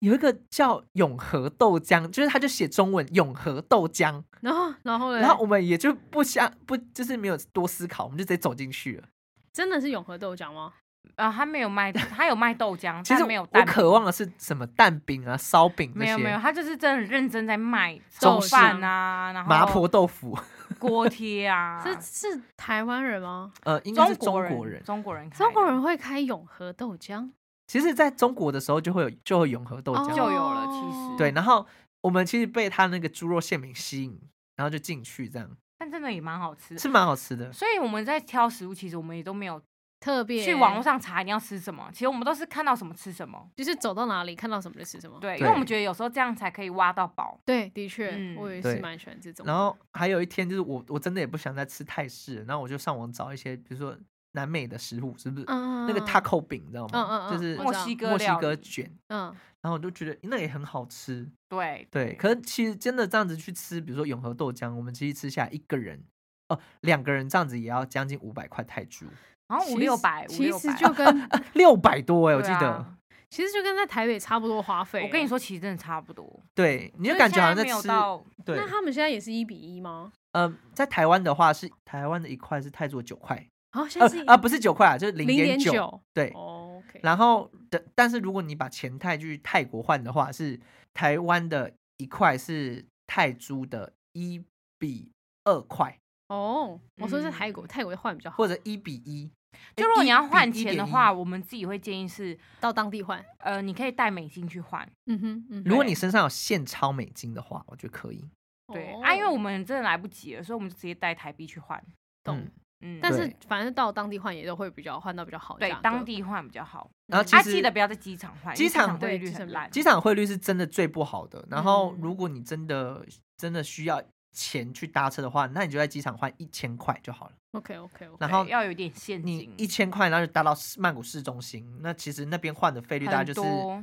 [SPEAKER 1] 有一个叫永和豆浆，就是他就写中文永和豆浆，
[SPEAKER 3] 然后然后嘞
[SPEAKER 1] 然后我们也就不想不就是没有多思考，我们就直接走进去了。
[SPEAKER 3] 真的是永和豆浆吗？
[SPEAKER 2] 啊，他没有卖， 他有卖豆浆，
[SPEAKER 1] 其实
[SPEAKER 2] 但没有
[SPEAKER 1] 我
[SPEAKER 2] 蛋饼，
[SPEAKER 1] 渴望的是什么蛋饼啊、烧饼那
[SPEAKER 2] 没有
[SPEAKER 1] 些，
[SPEAKER 2] 没有，他就是真的很认真在卖
[SPEAKER 3] 中式
[SPEAKER 2] 饭啊，然后
[SPEAKER 1] 麻婆豆腐，
[SPEAKER 2] 锅贴 啊，
[SPEAKER 3] 是是台湾人吗？
[SPEAKER 1] 呃，应该
[SPEAKER 2] 中
[SPEAKER 1] 是中
[SPEAKER 2] 国
[SPEAKER 1] 国
[SPEAKER 2] 人，
[SPEAKER 1] 人。
[SPEAKER 2] 中国人开的，
[SPEAKER 3] 中国人会开永和豆浆，
[SPEAKER 1] 其实，在中国的时候就会有就会有永和豆浆，
[SPEAKER 2] 就有了其
[SPEAKER 3] 哦
[SPEAKER 2] 实
[SPEAKER 1] 对，然后我们其实被他那个猪肉馅饼吸引，然后就进去，这样
[SPEAKER 2] 但真的也蛮好吃的。
[SPEAKER 1] 是蛮好吃的。
[SPEAKER 2] 所以我们在挑食物，其实我们也都没有
[SPEAKER 3] 特别
[SPEAKER 2] 去网络上查你要吃什么，其实我们都是看到什么吃什么。
[SPEAKER 3] 就是走到哪里看到什么就吃什么。
[SPEAKER 2] 对，因
[SPEAKER 1] 对
[SPEAKER 2] 为我们觉得有时候这样才可以挖到宝。
[SPEAKER 3] 对，的确，
[SPEAKER 2] 嗯
[SPEAKER 3] 我也
[SPEAKER 1] 对
[SPEAKER 3] 是蛮喜欢这种的。
[SPEAKER 1] 然后还有一天就是我我真的也不想再吃泰式了，然后我就上网找一些，比如说南美的食物，是不是？
[SPEAKER 3] 嗯，嗯
[SPEAKER 1] 那个
[SPEAKER 3] 嗯
[SPEAKER 1] taco 饼，你知道
[SPEAKER 3] 嗯嗯
[SPEAKER 1] 吗？
[SPEAKER 3] 嗯
[SPEAKER 1] 就是
[SPEAKER 3] 我
[SPEAKER 2] 墨
[SPEAKER 1] 墨
[SPEAKER 3] 知道
[SPEAKER 2] 西哥
[SPEAKER 1] 西
[SPEAKER 2] 料
[SPEAKER 1] 哥
[SPEAKER 2] 理
[SPEAKER 1] 卷，
[SPEAKER 3] 嗯，
[SPEAKER 1] 然后我就觉得那个也很好吃。
[SPEAKER 2] 对
[SPEAKER 1] 对，可是其实真的这样子去吃，比如说永和豆浆，我们其实吃下来一个人哦、两个人这样子也要将近五百块泰铢，
[SPEAKER 2] 然后
[SPEAKER 3] 其
[SPEAKER 2] 五六
[SPEAKER 3] 实
[SPEAKER 2] 百，五
[SPEAKER 3] 其
[SPEAKER 2] 六
[SPEAKER 3] 实
[SPEAKER 2] 百。
[SPEAKER 3] 就 跟
[SPEAKER 1] 六百多哎、我记
[SPEAKER 2] 对啊
[SPEAKER 1] 得。
[SPEAKER 3] 其实就跟在台北差不多花费。哦
[SPEAKER 2] 我跟你，说，其实真的差不多。
[SPEAKER 1] 对，你
[SPEAKER 2] 因
[SPEAKER 1] 就
[SPEAKER 2] 为
[SPEAKER 1] 感
[SPEAKER 2] 现
[SPEAKER 1] 觉好像
[SPEAKER 2] 在
[SPEAKER 1] 在
[SPEAKER 2] 没有
[SPEAKER 1] 吃。
[SPEAKER 2] 到
[SPEAKER 1] 对
[SPEAKER 3] 那，他们现在也是一比一吗？
[SPEAKER 1] 呃，在台湾的话是台湾的一块是泰铢九块，
[SPEAKER 3] 好，哦现
[SPEAKER 1] 呃
[SPEAKER 3] 在是
[SPEAKER 1] 啊不是九块啊，就是零
[SPEAKER 3] 零点
[SPEAKER 1] 点九，
[SPEAKER 3] 九
[SPEAKER 1] 对。
[SPEAKER 2] 哦
[SPEAKER 3] 哦，OK，
[SPEAKER 1] 然后的，但是如果你把钱泰去泰国换的话，是台湾的一块是泰铢的一比二块，
[SPEAKER 3] 哦，我说是
[SPEAKER 2] 嗯
[SPEAKER 3] 泰国，泰国换比较好，
[SPEAKER 1] 或者一比一。诶
[SPEAKER 2] 哦就如果你要
[SPEAKER 1] 1比
[SPEAKER 2] 换钱的
[SPEAKER 1] 1.1
[SPEAKER 2] 话，我们自己会建议是，
[SPEAKER 3] 到当地换。
[SPEAKER 2] 呃，你可以带美金去换。
[SPEAKER 3] 嗯哼，嗯哼
[SPEAKER 1] 如果
[SPEAKER 2] 对
[SPEAKER 1] 你身上有现钞美金的话，我觉得可以。
[SPEAKER 2] 对、
[SPEAKER 3] 哦
[SPEAKER 2] 啊，因为我们真的来不及了，所以我们就直接带台币去换。
[SPEAKER 3] 懂
[SPEAKER 1] 嗯
[SPEAKER 2] 嗯，
[SPEAKER 3] 但是
[SPEAKER 1] 对
[SPEAKER 3] 反正到当地换也都会比较换到比较好的
[SPEAKER 2] 对
[SPEAKER 3] 价格，
[SPEAKER 2] 当地换比较好。
[SPEAKER 1] 然后
[SPEAKER 3] 嗯
[SPEAKER 1] 其
[SPEAKER 2] 啊，
[SPEAKER 1] 实
[SPEAKER 2] 记得不要在机场换，因
[SPEAKER 1] 机
[SPEAKER 2] 为
[SPEAKER 1] 场
[SPEAKER 2] 汇
[SPEAKER 3] 对
[SPEAKER 2] 率
[SPEAKER 3] 机
[SPEAKER 2] 很
[SPEAKER 3] 场
[SPEAKER 2] 烂。
[SPEAKER 1] 机场汇率是真的最不好的。然后
[SPEAKER 2] 嗯
[SPEAKER 1] 如果你真的真的需要钱去搭车的话，那你就在机场换一千块就好了。
[SPEAKER 3] OK OK OK，
[SPEAKER 1] 然后
[SPEAKER 2] 对要有点现
[SPEAKER 1] 你
[SPEAKER 2] 金，
[SPEAKER 1] 一千块，然后就搭到市曼谷市中心，那其实那边换的费率大概
[SPEAKER 2] 很
[SPEAKER 1] 就是
[SPEAKER 2] 多。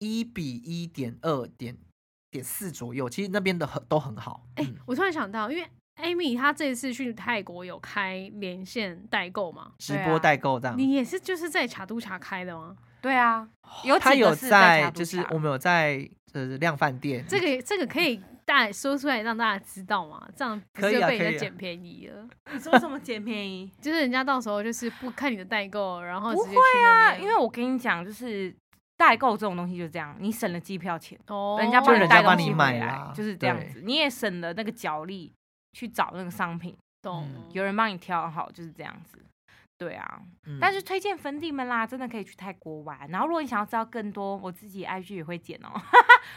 [SPEAKER 1] 一比一点二点点四左右，其实那边的很都很好。
[SPEAKER 3] 哎、
[SPEAKER 1] 嗯
[SPEAKER 3] 我突然想到，因为 Amy 她这次去泰国有开连线代购嘛，
[SPEAKER 1] 直
[SPEAKER 2] 对啊
[SPEAKER 1] 播代购这样，
[SPEAKER 3] 你也是就是在卡都查开的吗？
[SPEAKER 2] 对啊，有
[SPEAKER 1] 他
[SPEAKER 2] 几
[SPEAKER 1] 有
[SPEAKER 2] 个是在查
[SPEAKER 1] 在
[SPEAKER 2] 毒
[SPEAKER 1] 就是
[SPEAKER 2] 查
[SPEAKER 1] 我们有在呃量饭店
[SPEAKER 3] 这个这个可以大说出来让大家知道吗？这样不
[SPEAKER 1] 可以
[SPEAKER 3] 是
[SPEAKER 1] 啊
[SPEAKER 3] 被
[SPEAKER 1] 可
[SPEAKER 3] 人
[SPEAKER 1] 以
[SPEAKER 3] 家
[SPEAKER 1] 啊
[SPEAKER 3] 捡便宜了？
[SPEAKER 2] 你说什么捡便 宜？
[SPEAKER 3] 就是人家到时候就是不看你的代购，然后
[SPEAKER 2] 不
[SPEAKER 3] 直接去那
[SPEAKER 2] 啊，
[SPEAKER 3] 边
[SPEAKER 2] 因为我跟你讲，就是代购这种东西就这样，你省了机票钱，
[SPEAKER 3] 哦，
[SPEAKER 2] 人家
[SPEAKER 1] 就
[SPEAKER 2] 帮
[SPEAKER 1] 人家
[SPEAKER 2] 带
[SPEAKER 1] 帮
[SPEAKER 2] 东
[SPEAKER 1] 你
[SPEAKER 2] 西
[SPEAKER 1] 买
[SPEAKER 2] 回来
[SPEAKER 1] 啦，
[SPEAKER 2] 就是这样
[SPEAKER 1] 对
[SPEAKER 2] 子，你也省了那个脚力去找那个商品，
[SPEAKER 3] 懂
[SPEAKER 1] 嗯
[SPEAKER 2] 有人帮你挑好，就是这样子。对啊，
[SPEAKER 1] 嗯
[SPEAKER 2] 但是推荐粉底们啦，真的可以去泰国玩。然后如果你想要知道更多，我自己 IG 也会剪哦，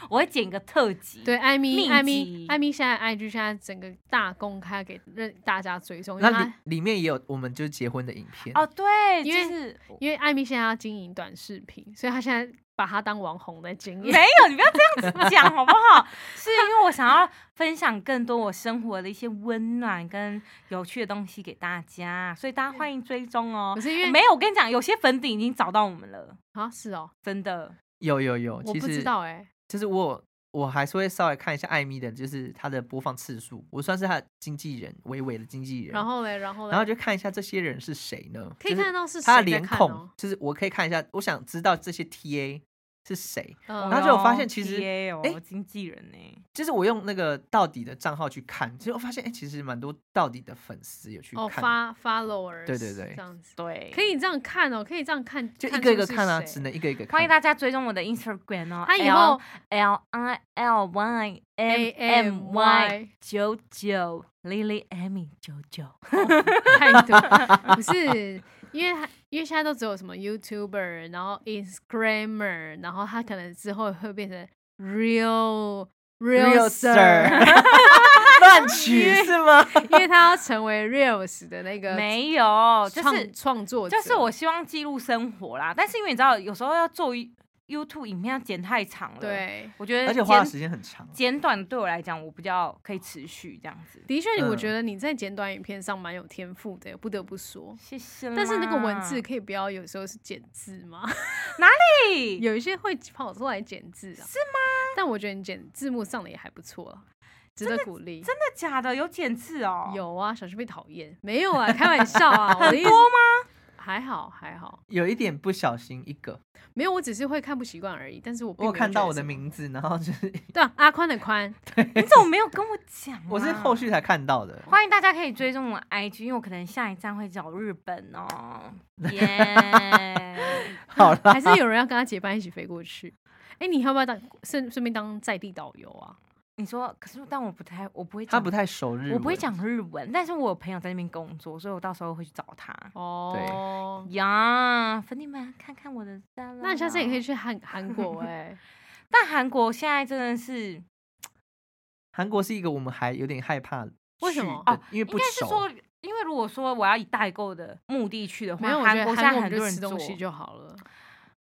[SPEAKER 2] 我会剪一个特辑。
[SPEAKER 3] 对，艾
[SPEAKER 2] 秘
[SPEAKER 3] 米，
[SPEAKER 2] 籍
[SPEAKER 3] 艾米，艾米现在 IG 现在整个大公开给认大家追踪，因为
[SPEAKER 1] 那里
[SPEAKER 3] 她
[SPEAKER 1] 里面也有我们就是结婚的影片
[SPEAKER 2] 哦，对，
[SPEAKER 3] 因
[SPEAKER 2] 就
[SPEAKER 3] 为
[SPEAKER 2] 是
[SPEAKER 3] 因为艾米现在要经营短视频，所以她现在把她当网红在经营
[SPEAKER 2] 没。有，你不要这样子讲好不好？ 是因为我想要分享更多我生活的一些温暖跟有趣的东西给大家，所以大家欢迎追踪哦
[SPEAKER 3] 可。是因为
[SPEAKER 2] 没有，我跟你讲，有些粉底已经找到我们了，
[SPEAKER 3] 啊，是哦，
[SPEAKER 2] 真的。
[SPEAKER 1] 有有有，
[SPEAKER 3] 我
[SPEAKER 1] 其
[SPEAKER 3] 不知
[SPEAKER 1] 实
[SPEAKER 3] 道哎，
[SPEAKER 1] 就是我我还是会稍微看一下艾米的，就是她的播放次数，我算是她的经纪人，伟伟的经纪人，
[SPEAKER 3] 然后嘞，然后嘞，
[SPEAKER 1] 然后就看一下这些人是谁呢？
[SPEAKER 3] 可以
[SPEAKER 1] 就是
[SPEAKER 3] 看到是谁
[SPEAKER 1] 他的
[SPEAKER 3] 在
[SPEAKER 1] 脸
[SPEAKER 3] 看
[SPEAKER 1] 孔，
[SPEAKER 3] 哦
[SPEAKER 1] 就是我可以看一下，我想知道这些 TA 是谁。
[SPEAKER 3] 嗯
[SPEAKER 1] 然后就有发现其实
[SPEAKER 2] 哎、
[SPEAKER 1] 哎
[SPEAKER 2] 经纪人呢、
[SPEAKER 1] 就是我用那个到底的账号去看，结果发现哎、诶其实蛮多到底的粉丝有去
[SPEAKER 3] 哦
[SPEAKER 1] 看，
[SPEAKER 3] 发 followers，
[SPEAKER 1] 对对对
[SPEAKER 3] 这样子
[SPEAKER 2] 对，
[SPEAKER 3] 可以这样看哦，可以这样看，
[SPEAKER 1] 就一个一个
[SPEAKER 3] 出是
[SPEAKER 1] 看啊，
[SPEAKER 3] 谁
[SPEAKER 1] 只能一哎个一个看。
[SPEAKER 2] 欢迎大家追踪我的 Instagram 哦。
[SPEAKER 3] 他 以后
[SPEAKER 2] L I L Y M
[SPEAKER 3] A
[SPEAKER 2] M
[SPEAKER 3] M
[SPEAKER 2] Y
[SPEAKER 3] Y
[SPEAKER 2] 九九 Lily Amy 九九，
[SPEAKER 3] 太多，不是因为他，因为现在都只有什么 YouTuber，然后 Instagramer，然后他可能之后会变成 Real
[SPEAKER 1] Real
[SPEAKER 3] Sir，
[SPEAKER 1] Sir 乱取是吗？
[SPEAKER 3] 因为他要成为 Reals 的那个
[SPEAKER 2] 没有，就
[SPEAKER 3] 创
[SPEAKER 2] 是
[SPEAKER 3] 创作者，
[SPEAKER 2] 就是我希望记录生活啦，但是因为你知道，有时候要做 You- YouTube 影片要剪太长了，，
[SPEAKER 3] 对。
[SPEAKER 2] 我觉得
[SPEAKER 1] 而且花的
[SPEAKER 2] 简
[SPEAKER 1] 时间很长。
[SPEAKER 2] 简短对我来讲，我比较可以持续这样子。
[SPEAKER 3] 的确，
[SPEAKER 1] 嗯
[SPEAKER 3] 我觉得你在剪短影片上蛮有天赋的，不得不说。
[SPEAKER 2] 谢谢啦。
[SPEAKER 3] 但是那个文字可以不要有时候是剪字吗？
[SPEAKER 2] 嘿
[SPEAKER 3] 有一些会跑出来剪字啊，是吗？但我觉得你剪字幕上的也还不错了，值得鼓励。
[SPEAKER 2] 真的假的？有剪字哦？。
[SPEAKER 3] 有啊，小心被讨厌。没有啊，开玩笑啊，我的
[SPEAKER 2] 很
[SPEAKER 3] 意
[SPEAKER 2] 多
[SPEAKER 3] 思
[SPEAKER 2] 吗？
[SPEAKER 3] 还好还好，
[SPEAKER 1] 有一点不小心一个，
[SPEAKER 3] 没有，我只是会看不习惯而已。但是我并
[SPEAKER 1] 我有
[SPEAKER 3] 没有
[SPEAKER 1] 看
[SPEAKER 3] 觉
[SPEAKER 1] 到
[SPEAKER 3] 得
[SPEAKER 1] 我的
[SPEAKER 3] 什么，
[SPEAKER 1] 名字，然后就是
[SPEAKER 3] 对啊，阿宽的 宽，
[SPEAKER 2] 你怎么没有跟我讲、啊
[SPEAKER 1] ？我是后。续才看到的。
[SPEAKER 2] 欢迎大家可以追踪我的 IG，因为我可能下一站会找日本 哦，耶、
[SPEAKER 1] 好 啦，
[SPEAKER 3] 还是有人要跟他结伴一起飞过去。哎、你要不要当顺顺便当在地导游啊？
[SPEAKER 2] 你说，可是但我不太，我不会讲，
[SPEAKER 1] 他不太熟日文，
[SPEAKER 2] 我不会讲日文，但是我有朋友在那边工作，所以我到时候会去找他。
[SPEAKER 3] 哦，
[SPEAKER 2] 呀，粉底们看看我的赞啦。
[SPEAKER 3] 那你下次也可以去韩韩 国哎、
[SPEAKER 2] 但韩国现在真的是，
[SPEAKER 1] 韩国是一个我们还有点害怕去的，
[SPEAKER 3] 为什么
[SPEAKER 1] 因为
[SPEAKER 2] 哦应
[SPEAKER 1] 不
[SPEAKER 2] 该是
[SPEAKER 1] 熟。
[SPEAKER 2] 说，因为如果说我要以代购的目的去的
[SPEAKER 3] 没
[SPEAKER 2] 话，
[SPEAKER 3] 有，
[SPEAKER 2] 韩国
[SPEAKER 3] 我觉得
[SPEAKER 2] 现
[SPEAKER 3] 韩
[SPEAKER 2] 在
[SPEAKER 3] 国我
[SPEAKER 2] 很
[SPEAKER 3] 们
[SPEAKER 2] 多
[SPEAKER 3] 就
[SPEAKER 2] 人
[SPEAKER 3] 吃东
[SPEAKER 2] 做
[SPEAKER 3] 西就好了。
[SPEAKER 2] 嗯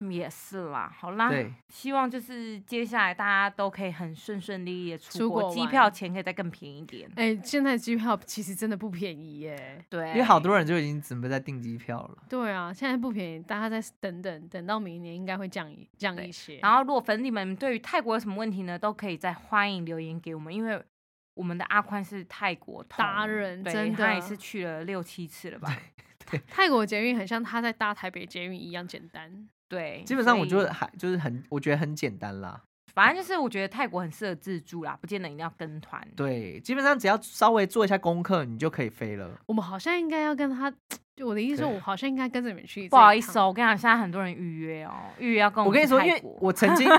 [SPEAKER 2] 也是啦。好啦，
[SPEAKER 1] 对，
[SPEAKER 2] 希望就是接下来大家都可以很顺顺利利的出
[SPEAKER 3] 出
[SPEAKER 2] 国，
[SPEAKER 3] 国
[SPEAKER 2] 机
[SPEAKER 3] 玩
[SPEAKER 2] 票钱可以再更便宜一点。
[SPEAKER 3] 哎、现在机票其实真的不便宜耶、
[SPEAKER 2] 啊对，
[SPEAKER 1] 因为好多人就已经准备在订机票了。
[SPEAKER 3] 对啊，现在不便宜，大家再等等，等到明年应该会降一降一些。
[SPEAKER 2] 然后，如果粉底们对于泰国有什么问题呢，都可以再欢迎留言给我们，因为我们的阿宽是泰国通
[SPEAKER 3] 达人
[SPEAKER 2] 对
[SPEAKER 3] 真
[SPEAKER 2] 他也
[SPEAKER 3] 的
[SPEAKER 2] 是去了六七次 了吧？
[SPEAKER 3] 泰国捷运很像他在搭台北捷运一样简单。
[SPEAKER 2] 对，
[SPEAKER 1] 基本上
[SPEAKER 2] 所
[SPEAKER 1] 我觉
[SPEAKER 2] 以
[SPEAKER 1] 得还就是很，我觉得很简单啦。
[SPEAKER 2] 反正就是我觉得泰国很适合自助啦，不见得一定要跟团。
[SPEAKER 1] 对，基本上只要稍微做一下功课，你就可以飞了。
[SPEAKER 3] 我们好像应该要跟他，就我的意思是，
[SPEAKER 1] 对
[SPEAKER 3] 我好像应该跟着你们去。
[SPEAKER 2] 不好意思哦，，我跟你讲，现在很多人预约哦，预约要跟
[SPEAKER 1] 我跟你
[SPEAKER 2] 去
[SPEAKER 1] 说，
[SPEAKER 2] 泰
[SPEAKER 1] 因为
[SPEAKER 2] 国
[SPEAKER 1] 我曾 经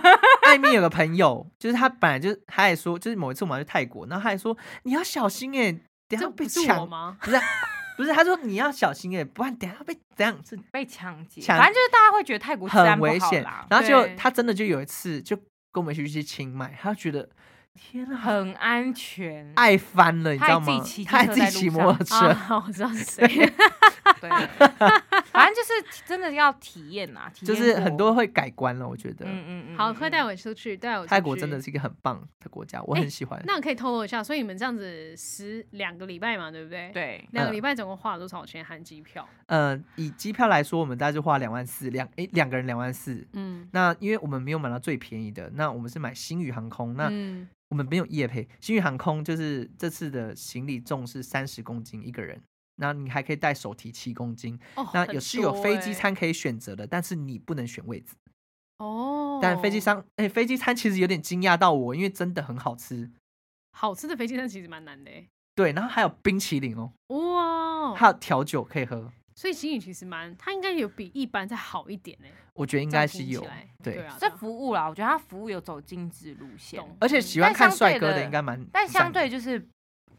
[SPEAKER 1] 艾米有个朋友，就是他本来就是他还说，就是某一次我们要去泰国，然后他还说你要小心哎、等一
[SPEAKER 3] 这
[SPEAKER 1] 下被
[SPEAKER 3] 不是我
[SPEAKER 1] 抢，
[SPEAKER 3] 吗？
[SPEAKER 1] 不是啊不是，他说你要小心哎、不然等一下被怎样是
[SPEAKER 2] 被抢劫，
[SPEAKER 1] 抢
[SPEAKER 2] 反正就是大家会觉得泰国治安
[SPEAKER 1] 很
[SPEAKER 2] 不好
[SPEAKER 1] 危险
[SPEAKER 2] 啦。
[SPEAKER 1] 然后就
[SPEAKER 3] 对
[SPEAKER 1] 他真的就有一次就跟我们一起去清迈，他觉
[SPEAKER 2] 嗯
[SPEAKER 1] 得天啊，
[SPEAKER 2] 很安全，
[SPEAKER 1] 爱翻了，你知
[SPEAKER 2] 他还
[SPEAKER 1] 道
[SPEAKER 2] 自己
[SPEAKER 1] 吗
[SPEAKER 2] 骑？机
[SPEAKER 1] 他还
[SPEAKER 2] 车
[SPEAKER 1] 自
[SPEAKER 2] 在
[SPEAKER 1] 己骑
[SPEAKER 2] 路
[SPEAKER 1] 摩
[SPEAKER 2] 上
[SPEAKER 1] 托车，
[SPEAKER 3] 啊，我知道是谁。
[SPEAKER 2] 对， 反正就是真的要体验啊，体验
[SPEAKER 1] 就是
[SPEAKER 2] 过
[SPEAKER 1] 很，多会改观了。我觉得
[SPEAKER 2] 嗯嗯嗯，
[SPEAKER 3] 好，快带
[SPEAKER 2] 我。
[SPEAKER 3] 我出去，带我出去。
[SPEAKER 1] 泰国真的是一个很棒的国家，我
[SPEAKER 3] 哎
[SPEAKER 1] 很喜欢。
[SPEAKER 3] 那我可以透露一下，所以你们这样子十两个礼拜嘛，对不对？，
[SPEAKER 2] 对，
[SPEAKER 1] 嗯
[SPEAKER 3] 两个礼拜总共花了多少钱含机票？
[SPEAKER 1] 呃，以机票来说，我们大概就花两万四，两诶两个人两万四。
[SPEAKER 3] 嗯，
[SPEAKER 1] 那因为我们没有买到最便宜的，那我们是买星宇航空，那
[SPEAKER 3] 嗯
[SPEAKER 1] 我们没有夜配。星宇航空就是这次的行李重是三十公斤一个人，那你还可以带手提七公斤，
[SPEAKER 3] 哦，
[SPEAKER 1] 那
[SPEAKER 3] 很
[SPEAKER 1] 有是有
[SPEAKER 3] 多
[SPEAKER 1] 飞
[SPEAKER 3] 欸
[SPEAKER 1] 机餐可以选择的，但是你不能选位置。
[SPEAKER 3] 哦，
[SPEAKER 1] 但飞机餐，哎、飞机餐其实有点惊讶到我，因为真的很好吃。
[SPEAKER 3] 好吃的飞机餐其实蛮难的欸。
[SPEAKER 1] 对，然后还有冰淇淋哦，还
[SPEAKER 3] 哇，
[SPEAKER 1] 有调酒可以喝，
[SPEAKER 3] 所以星宇其实蛮，它应该有比一般再好一点呢。欸
[SPEAKER 1] 我觉得应
[SPEAKER 3] 应
[SPEAKER 1] 该是有。对
[SPEAKER 3] 对啊，对
[SPEAKER 2] 这
[SPEAKER 3] 啊
[SPEAKER 2] 服务啦，我觉得他服务有走精致路线，
[SPEAKER 3] 懂嗯
[SPEAKER 1] 而且喜
[SPEAKER 2] 嗯但
[SPEAKER 1] 欢看
[SPEAKER 2] 相
[SPEAKER 1] 帅
[SPEAKER 2] 对
[SPEAKER 1] 哥
[SPEAKER 2] 的
[SPEAKER 1] 的应该蛮，
[SPEAKER 2] 但相
[SPEAKER 1] 赞的
[SPEAKER 2] 对就是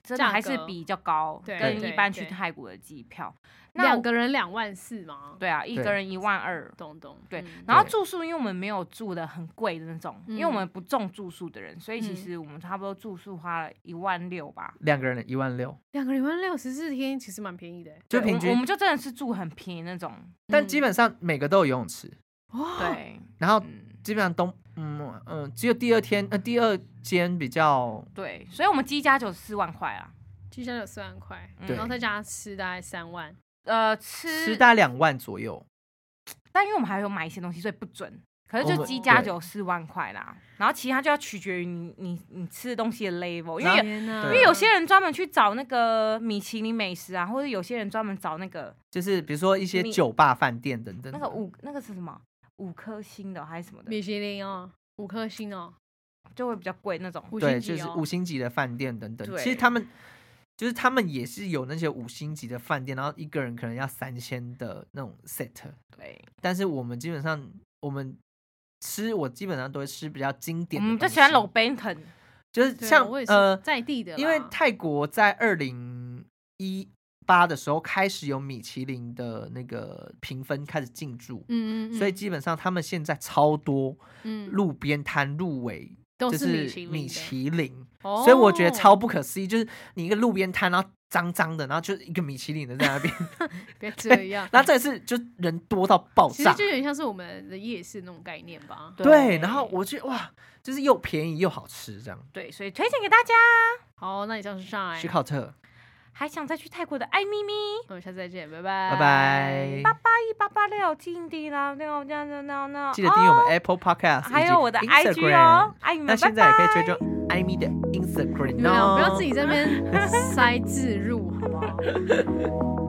[SPEAKER 2] 真的
[SPEAKER 3] 价
[SPEAKER 2] 还是
[SPEAKER 3] 格
[SPEAKER 2] 比较高，
[SPEAKER 3] 对
[SPEAKER 2] 跟
[SPEAKER 3] 对
[SPEAKER 2] 一般去
[SPEAKER 3] 对
[SPEAKER 2] 泰国的机票。那
[SPEAKER 3] 两
[SPEAKER 2] 我
[SPEAKER 3] 个人两万四嘛，
[SPEAKER 2] 对啊，一个
[SPEAKER 1] 对
[SPEAKER 2] 人一万二。
[SPEAKER 3] 懂懂。
[SPEAKER 2] 对
[SPEAKER 3] 嗯，
[SPEAKER 2] 然后
[SPEAKER 1] 对
[SPEAKER 2] 住宿，因为我们没有住的很贵的那种，因为我
[SPEAKER 3] 嗯
[SPEAKER 2] 们不重住宿的人，所以其
[SPEAKER 3] 嗯
[SPEAKER 2] 实我们差不多住宿花了一万六吧，
[SPEAKER 1] 两个人一万六，
[SPEAKER 3] 两个礼拜六十四天其实蛮便宜的欸。
[SPEAKER 1] 就
[SPEAKER 2] 对
[SPEAKER 1] 平
[SPEAKER 2] 我们我
[SPEAKER 1] 均
[SPEAKER 2] 们。就真的是住很便宜那种，
[SPEAKER 1] 但基
[SPEAKER 3] 嗯
[SPEAKER 1] 本上每个都有游泳池，
[SPEAKER 3] 哇，
[SPEAKER 2] 对，
[SPEAKER 1] 然后
[SPEAKER 2] 嗯，
[SPEAKER 1] 基本上东嗯嗯、只有第二天呃第二间比较
[SPEAKER 2] 对，所以我们机加就四万块啊，
[SPEAKER 3] 机票有四万块，
[SPEAKER 2] 嗯
[SPEAKER 1] 对
[SPEAKER 3] 然后再加吃大概三万。
[SPEAKER 2] 呃，
[SPEAKER 1] 吃
[SPEAKER 2] 吃，
[SPEAKER 1] 大概两万左右，
[SPEAKER 2] 但因为我们还有买一些东西，所以不准。可是
[SPEAKER 1] 我
[SPEAKER 2] 就
[SPEAKER 1] 们
[SPEAKER 2] 机加
[SPEAKER 1] 哦对
[SPEAKER 2] 就四万块啦，然后其他就要取决于你你你吃的东西的 level，因为有
[SPEAKER 3] 天哪
[SPEAKER 1] 因
[SPEAKER 2] 因为有些人专门去找那个米其林美食啊，或者有些人专门找那个
[SPEAKER 1] 就是比如说一些
[SPEAKER 2] 你
[SPEAKER 1] 酒吧、饭店等等的。
[SPEAKER 2] 那个五那个是什么五颗星的还是什么的，
[SPEAKER 3] 米其林哦，五颗星哦，
[SPEAKER 2] 就会比较贵那种。
[SPEAKER 3] 五
[SPEAKER 1] 对，
[SPEAKER 3] 星
[SPEAKER 1] 就
[SPEAKER 3] 级
[SPEAKER 1] 是
[SPEAKER 3] 哦
[SPEAKER 1] 五。星级的饭店等等。其
[SPEAKER 2] 对
[SPEAKER 1] 实他们就是他们也是有那些五星级的饭店，然后一个人可能要三千的那种 set，
[SPEAKER 2] 对，
[SPEAKER 1] 但是我们基本上我们吃我基本上都会吃比较经
[SPEAKER 2] 我
[SPEAKER 1] 典的东
[SPEAKER 3] 嗯
[SPEAKER 1] 西，
[SPEAKER 2] 们就喜欢 low b a n t o n
[SPEAKER 1] 就是
[SPEAKER 3] 对啊
[SPEAKER 1] 像
[SPEAKER 3] 我也是
[SPEAKER 1] 呃，
[SPEAKER 3] 在地的啦，
[SPEAKER 1] 因为泰国在二零一八的时候开始有米其林的那个评分开始进驻。
[SPEAKER 3] 嗯嗯嗯，
[SPEAKER 1] 所以基本上他们现在超多
[SPEAKER 3] 嗯
[SPEAKER 1] 路边摊入围，
[SPEAKER 3] 都
[SPEAKER 1] 就是
[SPEAKER 3] 米其林的，
[SPEAKER 1] 米其林，
[SPEAKER 3] 哦
[SPEAKER 1] 所以我觉得超不可思议，就是你一个路边摊，然后脏脏的，然后就是一个米其林的在那边，。
[SPEAKER 3] 别这样
[SPEAKER 1] 然后这次就人多到爆
[SPEAKER 3] 其实
[SPEAKER 1] 炸
[SPEAKER 3] 就，有点像是我们的夜市那种概念吧。
[SPEAKER 1] 对，然后我觉得哇，就是又便宜又好吃，这样。
[SPEAKER 2] 对，所以推荐给大家。
[SPEAKER 3] 好，那以上是上海
[SPEAKER 1] 史，考特，
[SPEAKER 2] 还想再去泰国的爱咪咪，
[SPEAKER 3] 我们下次再见，拜拜，
[SPEAKER 1] 拜拜，
[SPEAKER 2] 一八八六金地啦，六那那那那，哦
[SPEAKER 1] 记得订阅我们 Apple Podcast，
[SPEAKER 2] 还有我的 IG
[SPEAKER 1] Instagram
[SPEAKER 2] 哦。，爱你
[SPEAKER 1] 那
[SPEAKER 2] 们，拜
[SPEAKER 1] 现在也可以
[SPEAKER 2] 拜
[SPEAKER 1] 追踪艾米的 Instagram
[SPEAKER 3] 你们 俩
[SPEAKER 1] 哦。
[SPEAKER 3] 不要自己在那边塞自入，好不好？